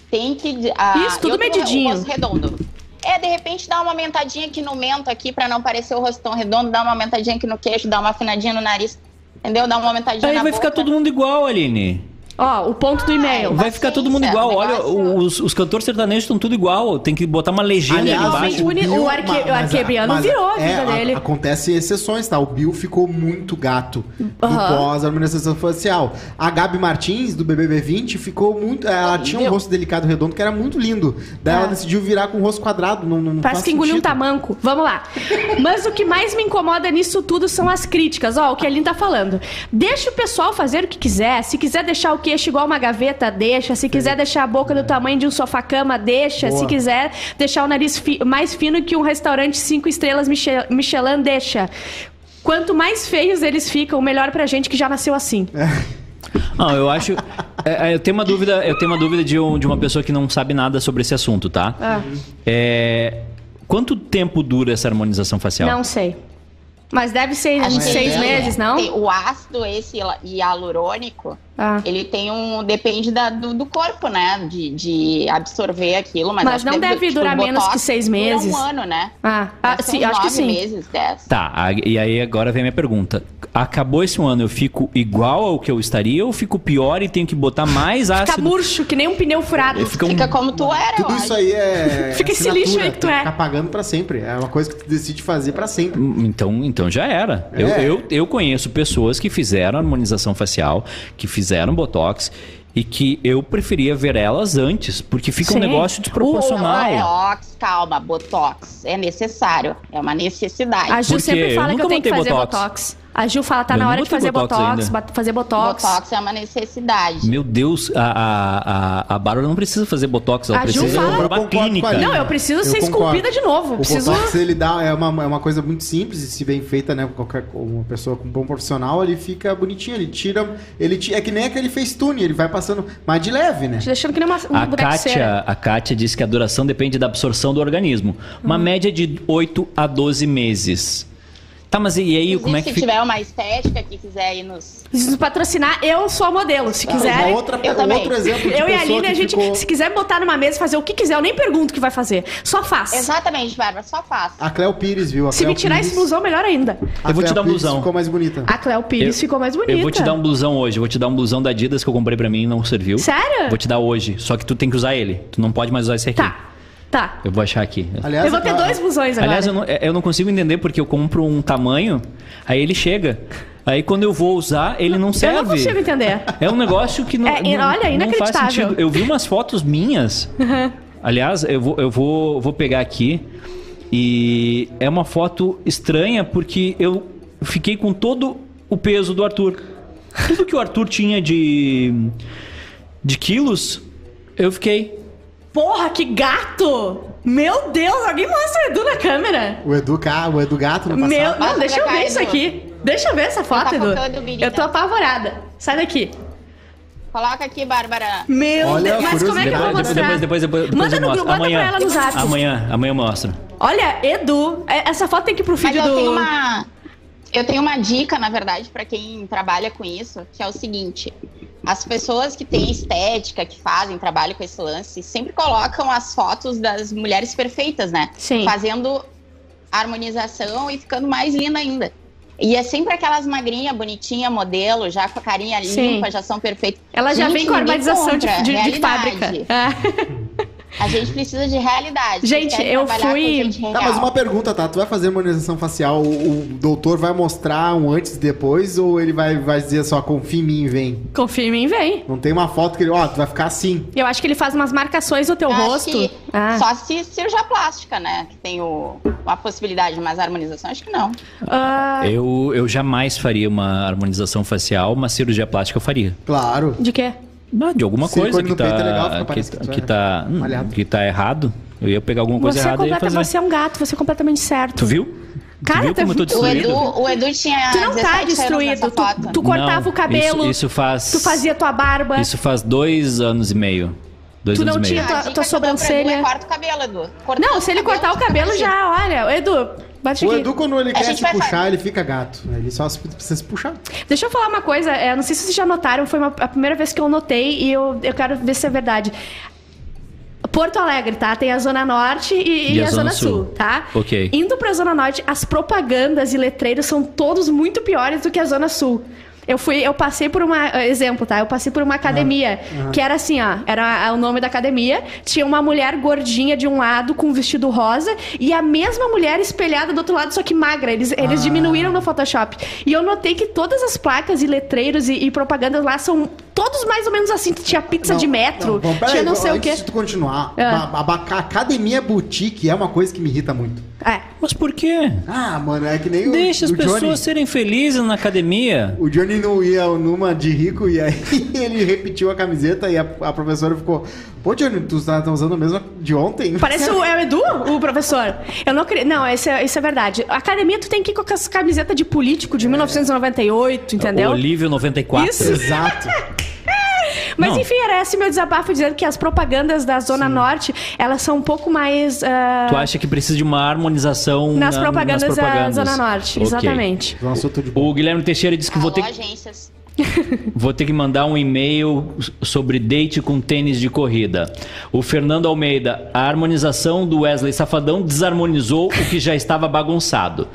S4: tem que... Ah,
S2: Isso, tudo
S4: eu tenho
S2: medidinho.
S4: O rosto redondo. É, de repente dá uma aumentadinha aqui no mento aqui pra não parecer o rosto tão redondo, dá uma aumentadinha aqui no queixo, dá uma afinadinha no nariz, entendeu? Dá uma aumentadinha
S1: Aí
S4: na
S1: vai
S4: boca.
S1: ficar todo mundo igual, Aline.
S2: Ó, o ponto do
S4: Ah,
S2: e-mail.
S4: Ai.
S1: Vai ficar todo mundo igual. Olha, os, os cantores sertanejos estão tudo igual. Tem que botar uma legenda ali
S2: Aliás,
S1: embaixo.
S2: o Uni- o arque-
S3: mas-
S2: o arquebriano
S3: mas-
S2: virou a vida
S3: é,
S2: dele.
S3: Acontecem exceções, tá? O Bill ficou muito gato
S4: é.
S3: do
S2: Aham.
S3: pós-harmonização facial. A Gabi Martins, do BBB20, ficou muito... Ela tinha um
S2: Meu.
S3: rosto delicado redondo que era muito lindo. Daí ela
S2: É.
S3: decidiu virar com o rosto quadrado. Não, não
S2: Parece
S3: faz
S2: que engoliu um
S3: sentido.
S2: tamanco. Vamos lá. Mas o que mais me incomoda nisso tudo são as críticas. Ó, o que a Aline tá falando. Deixa o pessoal fazer o que quiser. Se quiser deixar o queixo igual uma gaveta, deixa. Se quiser deixar a boca do tamanho de um sofá-cama, deixa.
S3: É. Boa.
S2: Se quiser deixar o nariz fi- mais fino que um restaurante cinco estrelas Michel- Michelin, deixa. Quanto mais feios eles ficam, melhor pra gente que já nasceu assim.
S3: É.
S1: Não, eu acho. é, é, eu tenho uma dúvida, eu tenho uma dúvida de, um- de uma pessoa que não sabe nada sobre esse assunto, tá?
S2: Ah,
S1: É, quanto tempo dura essa harmonização facial?
S2: não sei. Mas deve ser uns
S3: que
S2: seis
S3: é.
S2: meses,
S4: Tem-
S2: não?
S4: O ácido esse hiala- hialurônico,
S2: Ah.
S4: ele tem um. Depende da- do, do corpo, né? De, de absorver aquilo, mas.
S2: Mas
S4: acho
S2: não
S4: que tipo,
S2: deve durar menos
S4: um Botox
S2: que seis
S4: dura
S2: meses.
S4: um ano, né?
S2: Ah, ah,
S4: Deve ser
S2: sim,
S4: uns
S2: acho que
S4: nove
S2: sim.
S4: meses, dez.
S1: Tá, a- e aí agora vem a minha pergunta. Acabou esse um ano, eu fico igual ao que eu estaria ou fico pior e tenho que botar mais
S2: Fica
S1: ácido?
S2: murcho, que nem um pneu furado.
S1: Fica um-
S4: Fica como tu era, eu
S3: Tudo
S4: acho.
S3: isso aí é.
S2: Fica esse lixo aí que tu
S3: tem
S2: é.
S3: Ficar pagando pra sempre. É uma coisa que tu decide fazer pra sempre.
S1: Então, então já era. Eu,
S3: É.
S1: eu, eu conheço pessoas que fizeram harmonização facial, que fizeram botox e que eu preferia ver elas antes, porque fica um
S2: Sim. ah, é
S1: negócio
S4: Não,
S1: desproporcional.
S4: Botox, calma, botox. É necessário. É uma necessidade.
S2: A Ju
S1: Por quê?
S2: sempre fala
S1: Eu
S2: que eu
S1: nunca
S2: tenho que
S1: botei
S2: fazer botox.
S1: botox.
S2: A Ju fala, tá
S1: Eu
S2: na
S1: não
S2: hora de
S1: botei
S2: fazer
S1: botox
S2: botox,
S1: ainda.
S2: ba- fazer botox.
S4: botox. é uma necessidade.
S1: Meu Deus, a, a, a, a Bárbara não precisa fazer botox, ela
S2: A Ju
S1: precisa
S2: fala-
S1: ir pra
S3: Eu
S1: uma
S3: concordo com a
S1: clínica.
S3: Aline.
S2: Não, eu preciso
S3: Eu
S2: ser
S3: concordo.
S2: esculpida de novo.
S3: O
S2: preciso.
S3: botox, ele dá, é uma, é uma coisa muito simples, e se bem feita, né? Qualquer uma pessoa com um bom profissional, ele fica bonitinho, ele tira. Ele ti- é que nem aquele facetune, ele vai passando, mas de leve, né?
S2: Te deixando que nem uma, um
S1: A
S2: boneco de cera.
S1: Kátia, a Kátia disse que a duração depende da absorção do organismo.
S2: Hum.
S1: Uma média de 8 a 12 meses. Tá, mas e aí,
S4: Inclusive,
S1: como é que
S4: se
S1: fica?
S4: tiver uma estética que quiser ir nos.
S2: Se patrocinar, eu sou a modelo. Se
S3: Ah, Uma
S2: quiser.
S3: outra,
S4: eu
S3: um
S4: também.
S3: outro exemplo de
S2: Eu e a
S3: pessoa
S2: Aline,
S3: que
S2: a gente,
S3: ficou-
S2: se quiser botar numa mesa e fazer o que quiser, eu nem pergunto o que vai fazer. Só faz.
S4: Exatamente, Bárbara, só faça.
S3: A Cléo Pires, viu? A
S2: Se
S3: Cléo
S2: me tirar
S3: Pires-
S2: esse blusão, Ah, melhor ainda.
S3: a
S1: Eu vou te
S3: Cléo
S1: dar um
S3: Pires
S1: blusão.
S3: Ficou mais bonita.
S2: A Cléo Pires
S1: Eu-
S2: ficou mais bonita.
S1: Eu vou te dar um blusão hoje, vou te dar um blusão da Adidas que eu comprei pra mim e não serviu.
S2: Sério?
S1: Vou te dar hoje, só que tu tem que usar ele. Tu não pode mais usar esse aqui.
S2: Tá, tá.
S1: Eu vou achar aqui.
S3: Aliás,
S2: eu vou ter
S3: aquela-
S2: dois blusões agora.
S1: Aliás, eu não, é, eu não consigo entender porque eu compro um tamanho, aí ele chega. Aí quando eu vou usar, ele não
S2: Eu
S1: serve.
S2: não consigo entender.
S1: É um negócio que não,
S2: É, e-
S1: não-
S2: olha,
S1: não faz
S2: inacreditável. Uhum.
S1: sentido. Eu vi umas fotos minhas. Aliás, eu vou, eu vou, vou pegar aqui. E é uma foto estranha porque eu fiquei com todo o peso do Arthur. Tudo que o Arthur tinha de, de quilos, eu fiquei.
S2: Porra, que gato! Meu Deus, alguém mostra o Edu na câmera?
S3: O Edu, Ca- o Edu Gato no passado.
S2: Meu, não,
S4: Passa
S2: deixa
S4: pra
S2: eu
S4: cá,
S2: ver isso
S4: Edu.
S2: aqui. Deixa eu ver essa foto,
S4: Tá
S2: Edu.
S4: faltando, menina.
S2: Eu tô apavorada. Sai daqui.
S4: Coloca aqui, Bárbara.
S2: Meu
S3: Olha
S2: Deus,
S3: a
S2: mas como é que eu vou
S1: Depois,
S2: mostrar?
S1: depois, depois, depois, depois
S2: Manda
S1: eu
S2: no
S1: mostro.
S2: grupo, manda
S1: amanhã,
S2: pra ela no zap.
S1: amanhã, amanhã eu mostro.
S2: Olha, Edu, é- essa foto tem que ir pro
S4: Mas
S2: vídeo
S4: eu
S2: do...
S4: tenho uma. Eu tenho uma dica, na verdade, pra quem trabalha com isso, que é o seguinte: as pessoas que têm estética, que fazem trabalho com esse lance, sempre colocam as fotos das mulheres perfeitas, né?
S2: Sim.
S4: fazendo harmonização e ficando mais linda ainda. E é sempre aquelas magrinhas, bonitinha, modelo, já com a carinha
S2: Sim.
S4: limpa, já são perfeitas.
S2: Ela já
S4: Gente,
S2: vem com a
S4: ninguém
S2: harmonização de,
S4: compra,
S2: de- de
S4: realidade.
S2: fábrica. É.
S4: A gente precisa de realidade.
S2: Gente,
S4: Vocês querem
S2: eu
S4: trabalhar
S2: fui-
S4: com gente real.
S3: Tá, mas uma pergunta, tá? Tu vai fazer harmonização facial, o, o doutor vai mostrar um antes e depois, ou ele vai, vai dizer só, confia em mim, vem?
S2: Confia em mim, vem.
S3: Não tem uma foto que ele, ó, tu vai ficar assim.
S2: Eu acho que ele faz umas marcações no teu
S4: Eu acho
S2: rosto.
S4: que
S2: Ah.
S4: Só se cirurgia plástica, né? Que tem o, uma possibilidade, mas a harmonização acho que não.
S2: Ah,
S1: Eu, eu jamais faria uma harmonização facial, uma cirurgia plástica eu faria.
S3: Claro.
S2: de quê?
S1: Ah, de alguma
S3: Silicone
S1: coisa que
S3: no
S1: tá,
S3: peito é legal, fica
S1: que,
S3: parecendo que tu
S1: que
S3: é
S1: tá, hum,
S3: malhado.
S1: que tá errado. Eu ia pegar alguma coisa
S2: Você é,
S1: errada e ia
S2: completa-
S1: fazer.
S2: você é um gato, você é completamente certo.
S1: Tu viu?
S2: Cara,
S1: tu viu
S2: tá
S1: como eu tô
S2: muito-
S4: O
S1: destruído?
S4: Edu, o Edu tinha.
S2: Tu não tá
S4: 17 anos
S2: destruído.
S4: nessa
S2: Tu,
S4: foto. Ah,
S2: tu tá- cortava
S1: Não,
S2: o cabelo,
S1: Isso, isso faz.
S2: tu fazia tua barba.
S1: Isso faz dois anos e meio. Dois
S2: Tu
S1: anos
S2: não
S1: e meio.
S2: tinha-
S4: A
S2: tua-
S4: dica
S2: tua
S4: que eu dou pro Edu
S2: sobrancelha.
S4: É corta o cabelo, Edu. Cortando
S2: Não, se ele cortar o
S4: fica assim.
S2: cabelo
S4: parecido.
S2: já, olha. Edu, bate
S3: O
S2: aqui.
S3: Edu, quando ele
S4: A
S3: quer
S4: gente
S3: se
S4: vai
S3: puxar,
S4: fazer.
S3: ele fica gato. né? Ele só se- precisa se puxar.
S2: Deixa eu falar uma coisa, é, não sei se vocês já notaram, foi uma- a primeira vez que eu notei e eu, eu quero ver se é verdade. Porto Alegre, tá? Tem a Zona Norte e, e a, Zona, Sul, tá?
S1: Ok.
S2: Indo pra Zona Norte, as propagandas e letreiros são todos muito piores do que a Zona Sul. Eu fui, eu passei por uma. Exemplo, tá? Eu passei por uma academia.
S3: Ah,
S2: Que era assim, ó. Era o nome da academia. Tinha uma mulher gordinha de um lado com um vestido rosa. E a mesma mulher espelhada do outro lado, só que magra. Eles, eles
S3: Ah.
S2: diminuíram no Photoshop. E eu notei que todas as placas e letreiros e, e propagandas lá são todos mais ou menos assim. Tinha pizza
S3: Não,
S2: de metro,
S3: Não, Então, peraí,
S2: tinha não sei o
S3: antes
S2: quê.
S3: de tu continuar,
S2: É.
S3: a, a- a academia boutique é uma coisa que me irrita muito.
S2: É.
S1: Mas por quê?
S3: Ah, mano, é que nem o-
S1: Deixa as
S3: o
S1: pessoas
S3: Johnny.
S1: serem felizes na academia.
S3: O Johnny não ia numa de rico e aí ele repetiu a camiseta e a, a professora ficou: Pô, Johnny, tu tá, tá usando a mesma de ontem?
S2: Parece o, é o Edu, o professor. Eu não acredito. Não, isso é, isso é verdade. Academia, tu tem que ir com as camisetas de político
S3: É.
S2: de 1998, entendeu?
S1: Olívio 94.
S2: Isso.
S3: Exato.
S2: Mas
S1: Não.
S2: enfim, era esse meu desabafo dizendo que as propagandas da Zona Norte, elas são um pouco mais. ah,
S1: Tu acha que precisa de uma harmonização
S2: nas,
S1: na-
S2: propagandas
S1: nas propagandas.
S2: da Zona Norte,
S1: Ok.
S2: exatamente.
S3: Nossa, tudo de bom.
S1: O Guilherme Teixeira disse que
S4: Alô,
S1: vou ter,
S4: agências.
S1: vou ter que mandar um e-mail sobre date com tênis de corrida. O Fernando Almeida, a harmonização do Wesley Safadão desarmonizou o que já estava bagunçado.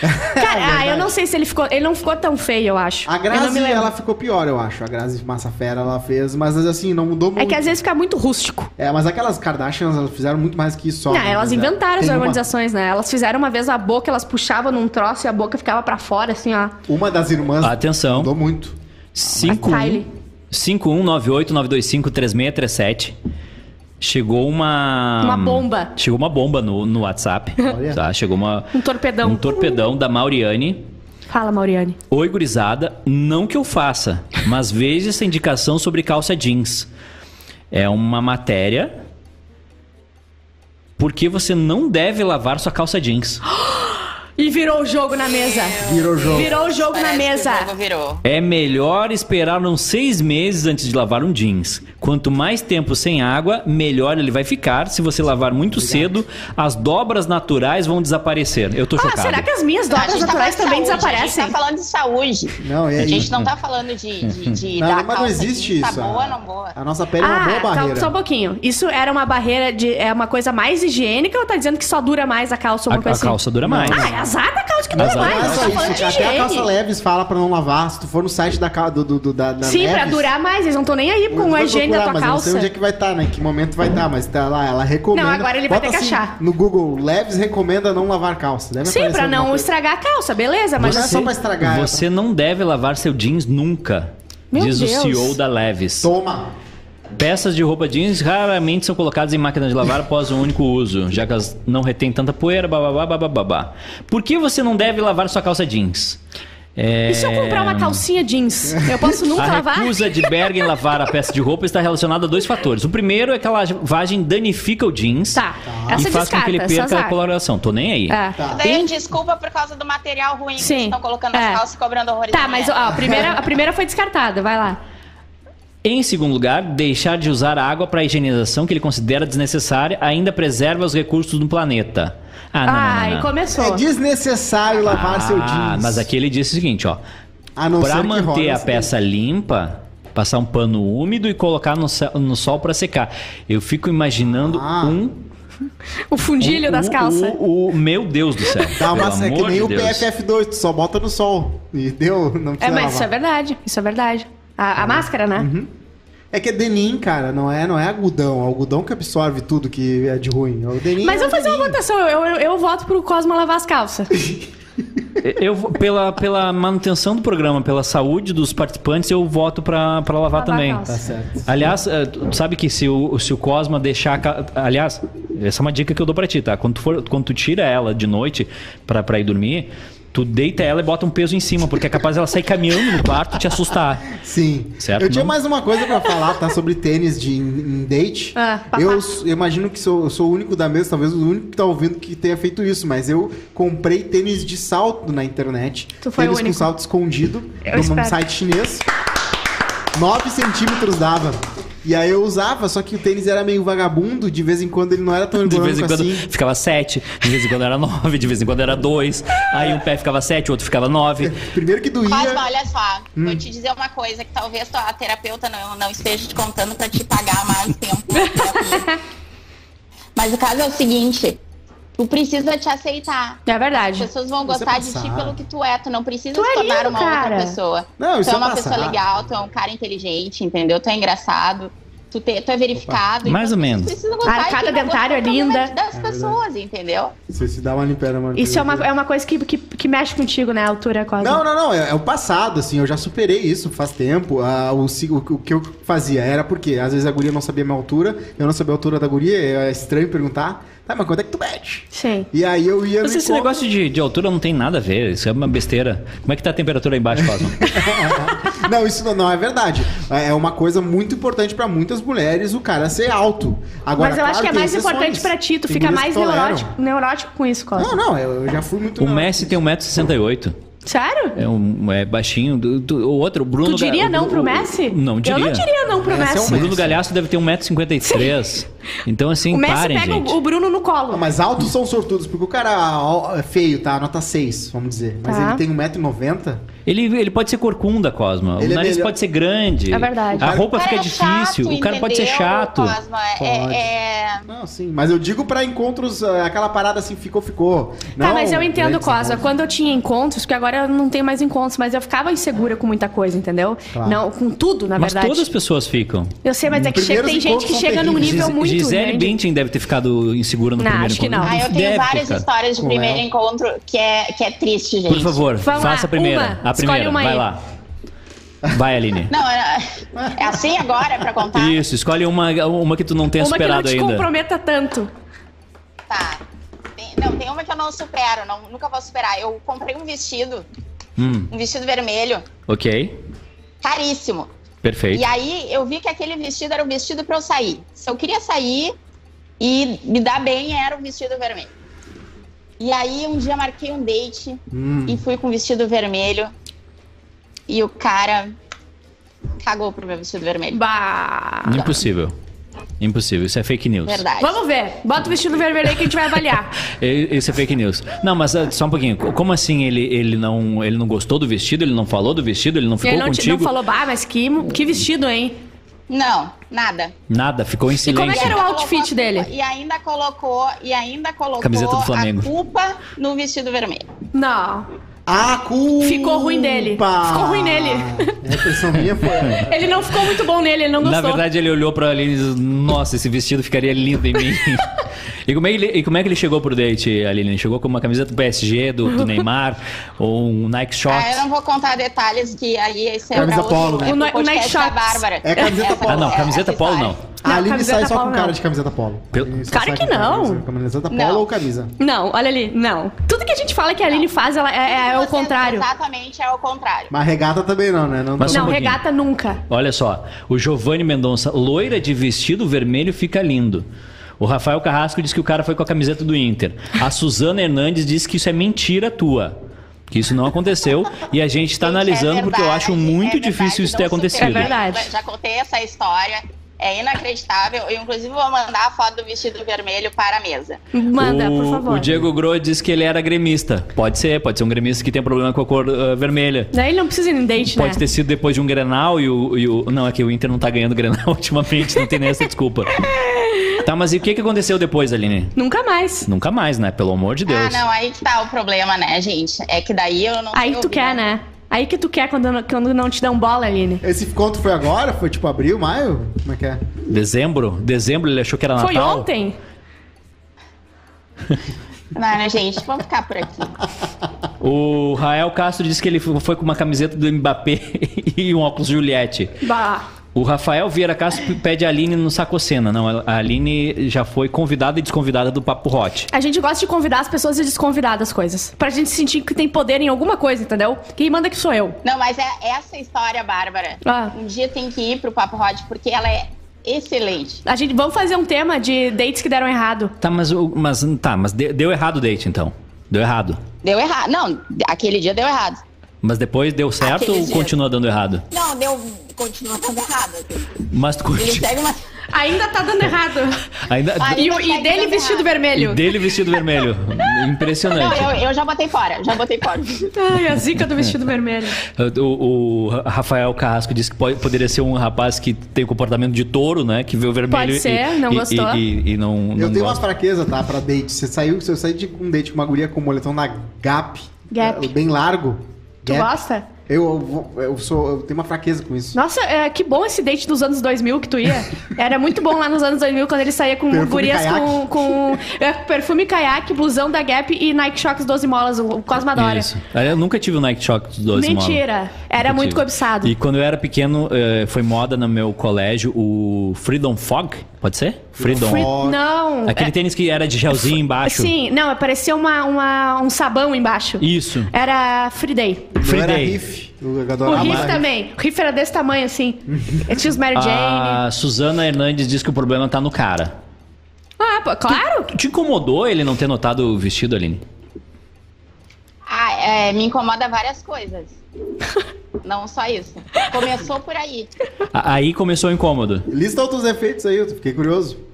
S1: É
S2: Cara, ah, eu não sei se ele ficou. Ele não ficou tão feio, eu acho.
S3: A
S2: eu não
S3: Grazi,
S2: me lembro.
S3: ela ficou pior, eu acho. A Grazi Massa Fera ela fez, mas assim, não mudou muito.
S2: É que às vezes fica muito rústico.
S3: É, mas aquelas Kardashians, elas fizeram muito mais que isso só.
S2: Não,
S3: né?
S2: elas
S3: Fizeram-
S2: inventaram as
S3: Teve uma-
S2: harmonizações, né? Elas fizeram uma vez a boca, elas puxavam num troço e a boca ficava pra fora, assim, ó.
S3: Uma das irmãs
S1: Atenção. um,
S3: mudou muito.
S2: A Kylie.
S1: 5198-925-3637. Chegou uma.
S2: Uma bomba.
S1: Chegou uma bomba no, no WhatsApp.
S3: Olha.
S1: Tá? Chegou uma.
S2: Um torpedão.
S1: Um torpedão da Mauriane.
S2: Fala, Mauriane.
S1: Oi, gurizada. Não que eu faça, mas veja essa indicação sobre calça jeans. É uma matéria. Porque você não deve lavar sua calça jeans.
S2: E virou o jogo na mesa.
S3: Virou jogo.
S2: Virou o jogo na
S4: Parece que
S2: mesa.
S4: O jogo virou.
S1: É melhor esperar uns seis meses antes de lavar um jeans. Quanto mais tempo sem água, melhor ele vai ficar. Se você lavar muito cedo, as dobras naturais vão desaparecer. Eu tô
S2: Ah,
S1: chocado.
S2: será que as minhas
S4: A gente
S2: dobras
S4: tá
S2: naturais
S4: falando de
S2: também
S4: saúde, A
S2: desaparecem?
S4: gente tá falando de saúde.
S3: Não, é
S4: A gente
S3: isso.
S4: não tá falando de, de, de
S3: Não,
S4: da
S3: mas não
S4: calça
S3: existe
S4: jeans,
S3: isso.
S4: Tá
S3: a-
S4: boa, não boa.
S3: A nossa pele é uma boa
S2: calma,
S3: barreira.
S2: só um pouquinho. Isso era uma barreira de. É uma coisa mais higiênica ou tá dizendo que só dura mais a calça ou
S1: A,
S2: uma
S1: a
S2: coisa
S1: calça dura mais.
S2: assim? Ah, é azar da calça que dura
S1: Azar.
S3: Não
S2: mais.
S3: é
S2: Eu
S3: só
S2: tô falando de
S3: isso. Até a calça
S2: higiene.
S3: leves fala pra não lavar. Se tu for no site da, ca- do, do, do- da, da
S2: Sim, pra
S3: Leves,
S2: durar mais. Eles não estão nem aí
S3: né, eu
S2: com
S3: vou
S2: a higiene da
S3: procurar,
S2: tua
S3: mas eu Não sei
S2: calça.
S3: onde é que vai estar, né? Em Que momento vai estar, mas tá lá, ela recomenda.
S2: Não, agora ele vai
S3: Bota
S2: ter que
S3: assim,
S2: achar.
S3: No Google, Leves recomenda não lavar calça. Deve
S2: Sim,
S3: aparecer
S2: pra
S3: alguma
S2: não
S3: coisa.
S2: estragar a calça, beleza, mas.
S3: Não é só pra estragar. ela.
S1: Você não deve lavar seu jeans nunca.
S2: Meu
S1: diz
S2: Deus.
S1: o CEO da Levis.
S3: Toma!
S1: Peças de roupa jeans raramente são colocadas em máquina de lavar após um único uso, já que elas não retêm tanta poeira, bababá, bababá. Por que você não deve lavar sua calça jeans? É... Ah,
S2: E se eu comprar uma calcinha jeans? Eu posso nunca
S1: a
S2: um lavar?
S1: recusa de Berg em lavar a peça de roupa está relacionada a dois fatores. O primeiro é que a lavagem danifica o jeans
S2: Tá.
S1: e
S2: Essa
S1: faz com que
S2: descarta,
S1: ele
S2: essa
S1: perca a
S2: azar.
S1: coloração. Tô nem aí.
S2: É.
S3: Tá.
S4: Daí a desculpa por causa do material ruim que
S2: Sim.
S4: estão colocando
S2: É.
S4: nas calças e cobrando horrores.
S2: Tá,
S4: da
S2: mas
S4: mulher.
S2: ó, a, primeira, a primeira foi descartada, vai lá.
S1: Em segundo lugar, deixar de usar a água para a higienização que ele considera desnecessária ainda preserva os recursos do planeta. Ah, não,
S2: Ah,
S1: não, não,
S2: e
S1: não.
S2: começou.
S3: É desnecessário lavar seu
S1: Ah,
S3: jeans.
S1: mas aqui ele disse o seguinte, ó.
S3: A não ser
S1: Pra
S3: que
S1: manter
S3: rola
S1: a
S3: esse-
S1: peça limpa, passar um pano úmido e colocar no, sa- no sol para secar. Eu fico imaginando
S3: Ah.
S1: um...
S2: O fundilho das
S1: o-
S2: calças.
S1: O, o- meu Deus do céu.
S3: Dá uma
S1: pelo
S3: seca, que
S1: amor
S3: nem
S1: de
S3: o
S1: Deus.
S3: PFF2, tu só bota no sol. E deu, não precisa
S2: É, mas isso é
S3: lavar.
S2: verdade. Isso é verdade.
S3: Ah.
S2: A, a máscara, né?
S3: É que é denim, cara, não é, não é algodão. É algodão que absorve tudo que é de ruim. É O denim
S2: Mas
S3: é
S2: eu vou fazer uma
S3: denim.
S2: votação. Eu, eu, eu voto pro Cosma lavar as calças.
S1: Eu, vou- pela, pela manutenção do programa, pela saúde dos participantes, eu voto para lavar,
S2: a
S1: também.
S2: calça.
S3: Tá certo.
S1: Aliás, eh, tu sabe que se o, se o Cosma deixar. a ca- Aliás, essa é uma dica que eu dou pra ti, tá? Quando tu, for, quando tu tira ela de noite pra, pra ir dormir, tu deita ela e bota um peso em cima, porque é capaz ela sair caminhando no quarto e te assustar.
S3: Sim.
S1: Certo,
S3: eu tinha
S1: não?
S3: mais uma coisa pra falar, tá? Sobre tênis de em, em date.
S2: Ah, papá.
S3: eu, s- eu imagino que sou, eu sou o único da mesa, talvez o único que tá ouvindo que tenha feito isso, mas eu comprei tênis de salto na internet.
S2: Tu foi o
S3: tênis
S2: único.
S3: com salto escondido
S2: Eu
S3: num
S2: espero.
S3: site chinês. 9 centímetros dava. E aí eu usava, só que o tênis era meio vagabundo, de vez em quando ele não era tão
S1: De vez
S3: ergonômico
S1: em quando
S3: assim.
S1: ficava sete, de vez em quando era nove, de vez em quando era dois. Aí um pé ficava sete, o outro ficava nove.
S3: Primeiro que doía.
S4: Cosma, olha só,
S1: Hum.
S4: vou te dizer uma coisa que talvez tua terapeuta não, não esteja te contando né? pra te pagar mais tempo. na terapia. Mas o caso é o seguinte: o Tu precisa te aceitar.
S2: É
S4: As
S2: verdade.
S4: pessoas vão
S3: Você
S4: gostar de
S3: passar.
S4: ti pelo que tu é. Tu não precisa
S2: Tu
S4: se
S2: é
S4: tornar
S2: lindo,
S4: uma
S2: cara.
S4: outra pessoa.
S3: Não,
S4: Tu
S2: Então
S3: isso
S4: é uma
S3: passar.
S4: pessoa legal, tu é um cara inteligente, entendeu? Tu é engraçado, tu, te- tu é verificado.
S1: Mais ou menos.
S4: Tu precisa gostar
S2: A arcada
S4: e quem vai
S2: dentária
S4: gostar
S2: é linda.
S4: também Das
S3: É verdade.
S4: pessoas, entendeu?
S3: Você se dá uma limpeza, mano.
S2: Isso é uma, é uma coisa que, que, que mexe contigo, né? A altura quase.
S3: Não, não, não. É, é o passado, assim. Eu já superei isso faz tempo. Ah, o, si- o, o que eu fazia era porque às vezes a guria não sabia a minha altura, eu não sabia a altura da guria, é estranho perguntar. Tá, mas quanto é que tu mede?
S2: Sim.
S3: E aí eu ia. no
S1: Mas esse
S3: encontro-
S1: negócio de, de altura não tem nada a ver, isso é uma besteira. Como é que tá a temperatura aí embaixo, Cosmo?
S3: não, isso não, não é verdade. É uma coisa muito importante pra muitas mulheres o cara ser alto. Agora,
S2: Mas eu acho
S3: claro,
S2: que é
S3: tem
S2: mais importante
S3: exceções.
S2: pra ti, tu
S3: Tem
S2: fica
S3: gurias
S2: mais
S3: que toleram.
S2: neurótico, neurótico com isso, Costa.
S3: Não, não, eu eu já fui muito
S1: o
S3: neurótico.
S1: Messi tem 1,68m.
S2: Sério?
S1: É, um, é baixinho. Do, do- o outro, o Bruno...
S2: Tu
S1: Ga-
S2: diria
S1: o-
S2: não pro
S1: o-
S2: Messi?
S1: Não diria.
S2: Eu não diria não pro
S3: Esse é
S2: Messi.
S3: o
S1: O Bruno
S3: Messi.
S1: Galhaço deve ter 1,53m. Então, assim,
S2: O Messi
S1: parem,
S2: pega o-
S1: gente.
S2: o Bruno no
S3: Não,
S2: colo.
S3: Mas altos são sortudos, porque o cara ó, é feio, tá? Nota 6, vamos dizer. Mas
S2: Tá.
S3: ele tem 1,90m.
S1: Ele, ele pode ser corcunda, Cosma. o
S3: Ele é
S1: nariz
S3: melhor-
S1: pode ser grande.
S2: É verdade.
S1: A
S3: O
S1: roupa
S4: O cara
S1: fica
S4: é
S1: difícil.
S4: chato,
S1: o cara pode ser
S4: entendeu,
S1: chato.
S4: Cosma? É-
S3: Pode.
S4: é-
S3: Não, sim. Mas eu digo pra encontros, ah, aquela parada assim, ficou, ficou.
S2: Tá,
S3: Não, né,
S2: mas eu entendo,
S3: ladies
S2: Cosa.
S3: and gentlemen.
S2: Quando eu tinha encontros, porque agora eu não tenho mais encontros, mas eu ficava insegura com muita coisa, entendeu?
S3: Claro.
S2: Não, com tudo, na
S1: Mas
S2: verdade.
S1: todas as pessoas ficam.
S2: Eu sei, mas é que
S3: Os
S2: che- tem
S3: primeiros
S2: gente que
S3: encontros são
S2: chega num
S3: terríveis.
S2: nível
S1: Gis-
S2: muito
S1: Gisele
S2: grande.
S1: Bündchen deve ter ficado insegura no
S2: Não,
S1: primeiro
S2: acho que
S1: encontro.
S2: não.
S4: Ah, eu tenho
S1: Deve
S4: várias
S1: ficar.
S4: histórias de
S3: Com
S4: primeiro
S3: ela.
S4: encontro que é, que é triste, gente.
S1: Por favor,
S2: Vamos
S1: faça
S2: lá,
S1: a primeira.
S2: uma.
S1: A primeira,
S2: Escolhe uma
S1: vai
S2: aí.
S1: lá. Vai, Aline.
S4: Não, é, é assim agora pra contar?
S1: Isso, escolhe uma, uma que tu não tenha
S2: tá. Uma que não
S1: superado
S2: te
S1: ainda.
S2: comprometa tanto.
S4: Tá. Tem- não, tem uma que eu não supero, não, nunca vou superar. Eu comprei um vestido,
S1: Hum,
S4: um vestido vermelho,
S1: ok,
S4: caríssimo.
S1: perfeito.
S4: E aí eu vi que aquele vestido era o vestido pra eu sair. Se eu queria sair e me dar bem, era o vestido vermelho. E aí um dia marquei um date
S3: Hum.
S4: e fui com o vestido vermelho. E o cara cagou pro meu vestido vermelho.
S2: Bah.
S1: Impossível. Impossível, isso é fake news.
S4: Verdade.
S2: Vamos ver. Bota o vestido vermelho aí que a gente vai avaliar.
S1: E- Isso é fake news. Não, mas ah, só um pouquinho. Co- Como assim ele, ele, não, ele não gostou do vestido? Ele não falou do vestido? Ele não ficou
S2: Ele não, te,
S1: contigo?
S2: não falou, bah, mas que, que vestido, hein?
S4: Não, nada.
S1: Nada, ficou em
S2: E
S1: silêncio.
S2: como é que era o outfit
S4: Colocou a culpa-
S2: dele?
S4: E ainda colocou, e ainda colocou
S1: Camiseta do Flamengo.
S4: a culpa no vestido vermelho.
S2: Não.
S3: A Ah, culpa!
S2: Ficou ruim dele. Ficou ruim nele.
S3: É, A impressão minha foi.
S2: Ele não ficou muito bom nele, ele não
S1: Na
S2: gostou.
S1: verdade, ele olhou pra Aline e disse: Nossa, esse vestido ficaria lindo em mim. e, como é que ele, e como é que ele chegou pro date, Aline? Ele chegou com uma camiseta do PSG, do, do Neymar, ou um Nike Shorts?
S4: Ah, eu não vou contar detalhes que aí esse é
S3: Camisa
S4: pra
S3: polo,
S4: outro-
S3: né?
S4: pro
S2: O Ni- o Nike
S4: podcast da
S2: Shots.
S4: Bárbara.
S3: É camiseta
S4: Essa-
S3: polo.
S1: Ah, não,
S4: essa
S1: camiseta polo
S4: história.
S1: não.
S3: A Aline
S2: camiseta
S3: sai só
S2: polo
S3: com cara
S2: não.
S3: de camiseta polo.
S1: Pelo-
S3: Aline só
S2: Cara
S3: sai
S2: que
S3: com cara de
S2: não.
S3: camisa- Camiseta polo
S4: Não.
S3: ou camisa?
S2: Não, olha ali, não. Tudo que a gente fala que a Aline faz, ela é, é o
S4: Você-
S2: contrário.
S4: Exatamente, é o contrário.
S3: Mas regata também não, né? Não,
S1: Mas-
S3: não.
S1: um
S2: Não,
S1: pouquinho.
S2: regata nunca.
S1: Olha só, o Giovanni Mendonça, loira de vestido vermelho fica lindo. O Rafael Carrasco diz que o cara foi com a camiseta do Inter. A Suzana Hernandes diz que isso é mentira tua. Que isso não aconteceu. E a gente está
S4: Gente, é
S1: Tá analisando porque eu
S4: verdade,
S1: acho
S4: é
S1: muito
S4: verdade,
S1: difícil isso
S4: não
S1: ter
S4: superei.
S1: acontecido.
S2: É verdade.
S4: Já contei essa história. É inacreditável. Eu, inclusive, vou mandar a foto do vestido vermelho para a mesa.
S2: Manda,
S1: o,
S2: por favor.
S1: O Diego Gro diz que ele era gremista. Pode ser, pode ser um gremista que tem problema com a cor ah, vermelha.
S2: Daí Né? ele não precisa ir em date,
S4: É.
S1: Pode
S2: né?
S1: ter sido depois de um Grenal e o, e o- Não, é que o Inter não tá ganhando Grenal ultimamente, não tem nem essa desculpa. Tá, mas e o que, que aconteceu depois, Aline?
S2: Nunca mais.
S1: Nunca mais, né? Pelo amor de Deus.
S4: Ah, não, aí que tá o problema, né, gente? É que daí eu não.
S2: Aí
S4: tenho
S2: que tu quer,
S4: opinião.
S2: né? Aí que tu quer quando, não- quando não te dão bola, Aline.
S3: Esse encontro foi agora? Foi tipo abril, maio? Como é que é?
S1: Dezembro? Dezembro ele achou que era
S2: Foi
S1: Natal?
S2: ontem?
S4: Não, né, gente? Vamos ficar por aqui.
S1: O Rael Castro disse que ele foi com uma camiseta do Mbappé e um óculos Juliette.
S2: Bah.
S1: O Rafael Vieira Castro p- pede a Aline no Sacocena. Não, a Aline já foi convidada e desconvidada do Papo Hot.
S2: A gente gosta de convidar as pessoas e desconvidar das coisas. Pra gente sentir que tem poder em alguma coisa, entendeu? Quem manda que sou eu.
S4: Não, mas é essa história, Bárbara.
S2: Ah.
S4: Um dia tem que ir pro Papo Hot, porque ela é excelente.
S2: A gente, vamos fazer um tema de dates que deram errado.
S1: Tá, mas, o- mas, tá, mas de- deu errado o date, então. Deu errado.
S4: Deu errado. Não, aquele dia deu errado.
S1: Mas depois deu certo
S4: Aqueles
S1: ou
S4: dias.
S1: continua dando errado?
S4: Não, deu. Continua dando errado. assim.
S1: Mas tu
S4: Ele
S1: continua.
S4: pega uma.
S2: Ainda tá dando errado.
S1: Ainda.
S4: Ai,
S2: E, o-
S4: Ainda
S2: e
S4: tá
S2: dele
S4: dando
S2: vestido
S4: errado.
S2: vermelho.
S1: E dele vestido vermelho.
S4: Não,
S1: Impressionante.
S4: eu, eu já botei fora, já botei fora.
S2: Ai, a zica do vestido vermelho.
S1: É. O, o Rafael Carrasco disse que pode- poderia ser um rapaz que tem comportamento de touro, né? Que vê o vermelho
S2: Pode
S1: e-
S2: ser, não
S1: e,
S2: gostou.
S1: E, e- e não, não
S3: Eu tenho uma
S1: gosta.
S3: fraqueza, tá? Pra date. Você saiu, se eu sair de um date com uma guria com um moletom na Gap,
S2: Gap.
S3: é, bem largo.
S2: Tu
S3: Gap.
S2: gosta?
S3: Eu, eu vou- eu sou, eu tenho uma fraqueza com isso.
S2: Nossa, é, que bom esse date dos anos 2000 que tu ia. Era muito bom lá nos anos 2000 quando ele saía com
S3: Perfume
S2: gurias
S3: caiaque.
S2: com, com é, perfume caiaque, blusão da Gap e Nike Shox 12 molas, o Cosmadora.
S1: Isso. Eu nunca tive o Nike Shock dos dois
S2: Mentira. Era muito cobiçado.
S1: E quando eu era pequeno, eh, foi moda no meu colégio o Freedom Fog, pode ser? Freedom.
S3: Free- Ó.
S2: Não.
S1: Aquele tênis que era de gelzinho
S2: é,
S1: embaixo.
S2: sim, não, parecia uma, uma- um sabão embaixo.
S1: Isso.
S2: Era Free Day.
S3: Eu era
S1: Friday.
S3: riff. Eu
S2: O
S3: adorava
S2: Riff
S3: riff.
S2: também. O Riff era desse tamanho, assim. Eu tinha os
S1: Ah.
S2: Mary Jane.
S1: A Suzana Hernandes diz que o problema tá no cara.
S2: Ah, pô, claro.
S1: Te incomodou ele não ter notado o vestido, Aline?
S4: Ah, é, me incomoda várias coisas. Não só isso. Começou por aí.
S1: A- Aí começou o incômodo.
S3: Lista outros defeitos aí, eu fiquei curioso.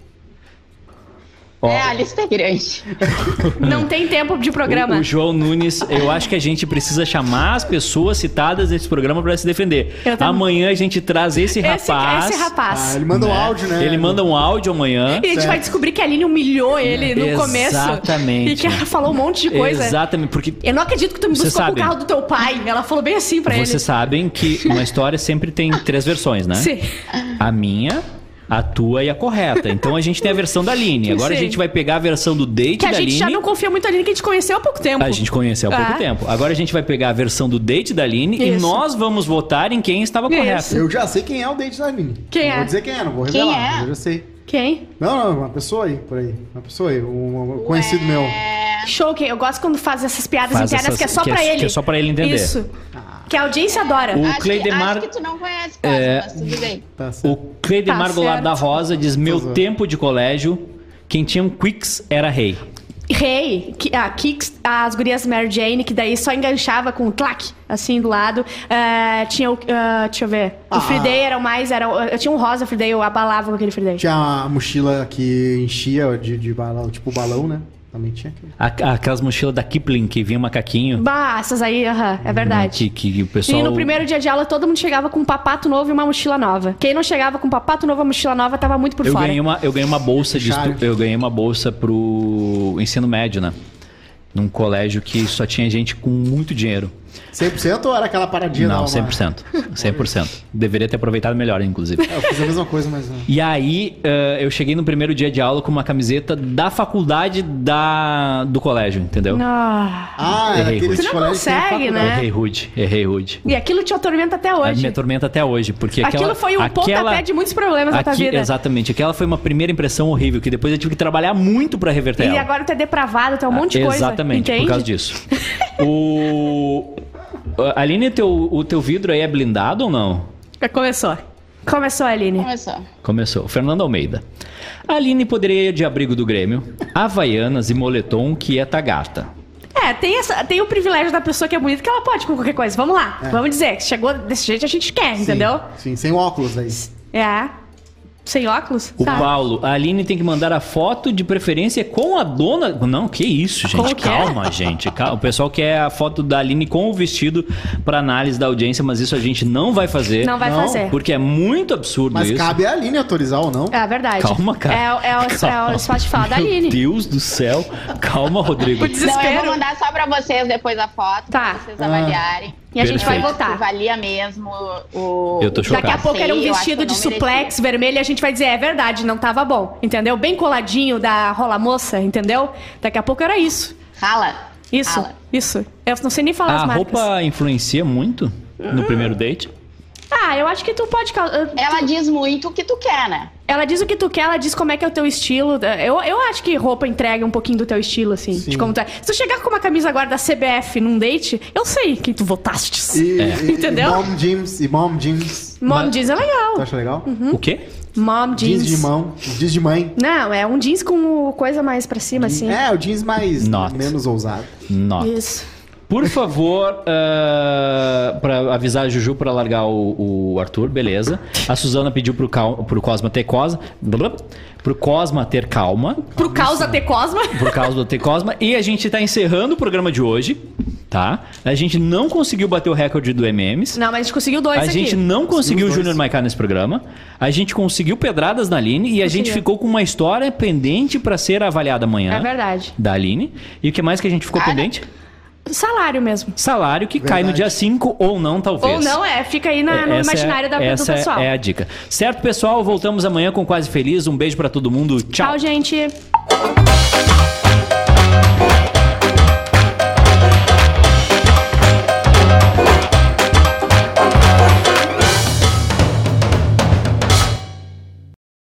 S1: Ó,
S4: É, a lista é grande.
S2: Não tem tempo de programa.
S1: O, o João Nunes, eu acho que a gente precisa chamar as pessoas citadas nesse programa pra se defender.
S2: Eu também.
S1: Amanhã a gente traz esse
S2: esse,
S1: rapaz.
S2: esse
S3: Ah,
S2: rapaz.
S3: ele manda um áudio, né?
S1: Ele manda um áudio amanhã.
S2: E a gente vai descobrir que a Aline humilhou ele no começo.
S1: Exatamente.
S2: E que ela falou um monte de coisa.
S1: Exatamente, porque
S2: Eu não acredito que tu me
S1: Você
S2: buscou com o
S1: sabe.
S2: carro do teu pai. Ela falou bem assim pra
S1: vocês
S2: ele.
S1: sabem que uma história sempre tem três versões, né?
S2: Sim.
S1: A minha, a tua e a correta. Então a gente tem a versão da Aline. Agora a
S2: Sim.
S1: gente vai pegar a versão do date
S2: Que a
S1: da
S2: gente
S1: Aline.
S2: já não confia muito na Aline, que a gente conheceu há pouco tempo.
S1: A gente conheceu há pouco
S2: Ah.
S1: tempo. Agora a gente vai pegar a versão do date da Aline e
S2: Isso.
S1: nós vamos votar em quem estava
S2: Isso.
S1: correto.
S3: Eu já sei quem é o date da Aline.
S2: Quem
S3: não
S2: é?
S3: Vou dizer quem é, não vou
S4: Quem
S3: revelar.
S4: é?
S3: mas Eu já sei.
S2: Quem?
S3: Não, não, uma pessoa aí, por aí. Uma pessoa aí, um, um conhecido meu.
S4: É,
S2: Show, quem? Eu gosto quando faz essas piadas
S1: Faz
S2: internas
S1: essas-
S2: que é só
S1: que é-
S2: pra ele.
S1: que é só pra ele entender.
S2: Isso. Que a audiência adora.
S1: O
S4: acho,
S1: Cleidemar-
S4: que, acho que tu não conhece,
S1: É.
S4: é... mas tudo bem.
S3: Tá certo.
S1: O Cleidemar
S2: Tá
S1: Goulart
S2: certo.
S1: da Rosa diz: Meu
S3: Pois é.
S1: tempo de colégio, quem tinha um Quicks era rei.
S2: Rei, que, a Kix, as gurias Mary Jane, que daí só enganchava com o clac, assim, do lado. Ah, tinha o. ah, deixa eu ver. O
S3: Ah.
S2: Free Day era o mais. Era, o- eu tinha um rosa Free Day, eu abalava com aquele Free Day.
S3: Tinha a mochila que enchia de, de balão, tipo balão, né? Também tinha aquele.
S1: A- Aquelas mochilas da Kipling que vinha um macaquinho. né,
S2: Bah, essas aí, aham, é
S1: Que,
S2: verdade.
S1: que Hum, o pessoal.
S2: E no primeiro dia de aula, todo mundo chegava com um papato novo e uma mochila nova. Quem não chegava com um papato novo e uma mochila nova tava muito por
S1: eu
S2: fora.
S1: ganhei uma eu ganhei uma bolsa de
S3: Charo.
S1: estu- eu ganhei uma bolsa pro ensino médio, né? Num colégio que só tinha gente com muito dinheiro.
S3: 100% ou era aquela paradinha? da
S1: Não,
S3: Walmart?
S1: 100%. 100%. Deveria ter aproveitado melhor, inclusive.
S3: É, eu fiz a mesma coisa, mas... né?
S1: E aí, eh, eu cheguei no primeiro dia de aula com uma camiseta da faculdade da, do colégio, entendeu?
S2: Ah.
S3: Ah, era
S1: Errei,
S3: aquele
S1: Ruth.
S2: Você não
S3: colégio que tem
S2: consegue,
S3: faculdade.
S2: né?
S1: Errei rude, errei rude.
S2: E aquilo te atormenta até
S1: A
S2: hoje.
S1: minha tormenta É, até hoje, porque
S2: Aquilo
S1: aquela-
S2: foi um
S1: aquela,
S2: pontapé de muitos problemas na tua
S1: aqui-
S2: vida.
S1: Exatamente. Aquela foi uma primeira impressão horrível, que depois eu tive que trabalhar muito pra reverter
S2: E
S1: ela.
S2: agora tu é depravado, tu é um monte de coisa.
S1: Exatamente,
S2: entende?
S1: por causa disso. o... A- Aline, teu, o teu vidro aí é blindado ou não?
S2: Já Começou. Começou, Aline.
S4: Começou.
S1: Começou. Fernando Almeida. A Aline poderia ir de abrigo do Grêmio, Havaianas e moletom que é tagata.
S2: É, tem, essa, tem o privilégio da pessoa que é bonita que ela pode com qualquer coisa. Vamos lá. Vamos dizer que chegou desse jeito a gente quer, entendeu?
S3: Sim, sem óculos aí.
S2: É. Sem óculos? Tá.
S1: O
S2: sabe?
S1: Paulo, a Aline tem que mandar a foto de preferência com a dona. Não, que isso, gente.
S2: Como que é?
S1: calma, gente. Calma. O pessoal quer a foto da Aline com o vestido para análise da audiência, mas isso a gente não vai fazer.
S2: Não vai
S3: Não,
S2: fazer.
S1: Porque é muito absurdo
S3: Mas
S1: isso.
S3: cabe a Aline autorizar ou não.
S2: É verdade.
S1: Calma, cara.
S2: É, o- é, o, é o espaço de falar da
S1: Meu
S2: Aline.
S1: Deus do céu. Calma, Rodrigo.
S2: Por
S4: Não, eu
S2: desespero.
S4: vou mandar só pra vocês depois a foto,
S2: Tá.
S4: pra vocês avaliarem.
S2: E a gente vai
S1: Perfeito.
S4: Se
S2: votar.
S4: valia mesmo o...
S1: Eu tô chocado.
S2: Daqui a pouco era um
S4: Sei, eu acho que
S2: vestido
S4: eu
S2: de
S4: não merecia.
S2: suplex vermelho e a gente vai dizer, é verdade, não tava bom. Entendeu? Bem coladinho da rola moça, entendeu? Daqui a pouco era isso.
S4: Rala.
S2: Isso,
S4: Rala.
S2: isso. Eu não sei nem falar as
S1: A
S2: marcas.
S1: Ah, roupa influencia muito no primeiro date?
S2: Ah, eu acho que tu pode. cau-
S4: Ela diz muito o que tu quer, né?
S2: Ela diz o que tu quer, ela diz como é que é o teu estilo. Eu, eu acho que roupa entrega um pouquinho do teu estilo, assim.
S3: Sim.
S2: De como tu é. Se tu chegar com uma camisa agora da CBF num date, eu sei quem tu votaste.
S3: E, e-
S2: Entendeu?
S3: E mom jeans, e mom jeans.
S2: Mom jeans é legal.
S1: Tá.
S3: Tu acha legal?
S1: O quê?
S2: Mom Uhum. jeans.
S3: Jeans de mão, jeans de mãe.
S2: Não, é um jeans com o coisa mais pra cima, assim.
S3: É, o jeans mais
S1: Not.
S3: menos ousado.
S1: Nota.
S2: Isso.
S1: Por favor, ah, pra avisar a Juju pra largar o, o Arthur, beleza. A Suzana pediu pro, cal, pro Cosma ter Cosma. blá, blá, Pro Cosma ter calma.
S2: Pro causa ter Cosma.
S1: Por causa do Ter Cosma. E a gente tá encerrando o programa de hoje, tá? A gente não conseguiu bater o recorde do MMs.
S2: Não, mas a gente conseguiu dois
S1: A
S2: aqui.
S1: gente não conseguiu o
S3: dois.
S1: Júnior Maiká nesse programa. A gente conseguiu pedradas na Aline e a gente
S2: Conseguiu.
S1: ficou com uma história pendente pra ser avaliada amanhã.
S2: É verdade.
S1: Da Aline. E o que mais que a gente ficou
S4: Cara.
S1: pendente?
S2: Salário mesmo.
S1: Salário que cai no
S3: Verdade.
S1: dia 5 ou não, talvez.
S2: Ou não é, fica aí na-
S1: É,
S2: no
S1: essa é-
S2: imaginário da, do
S1: essa é-
S2: pessoal.
S1: é a dica. Certo, pessoal? Voltamos amanhã com Quase Feliz. Um beijo pra todo mundo. Tchau.
S2: Tchau, gente.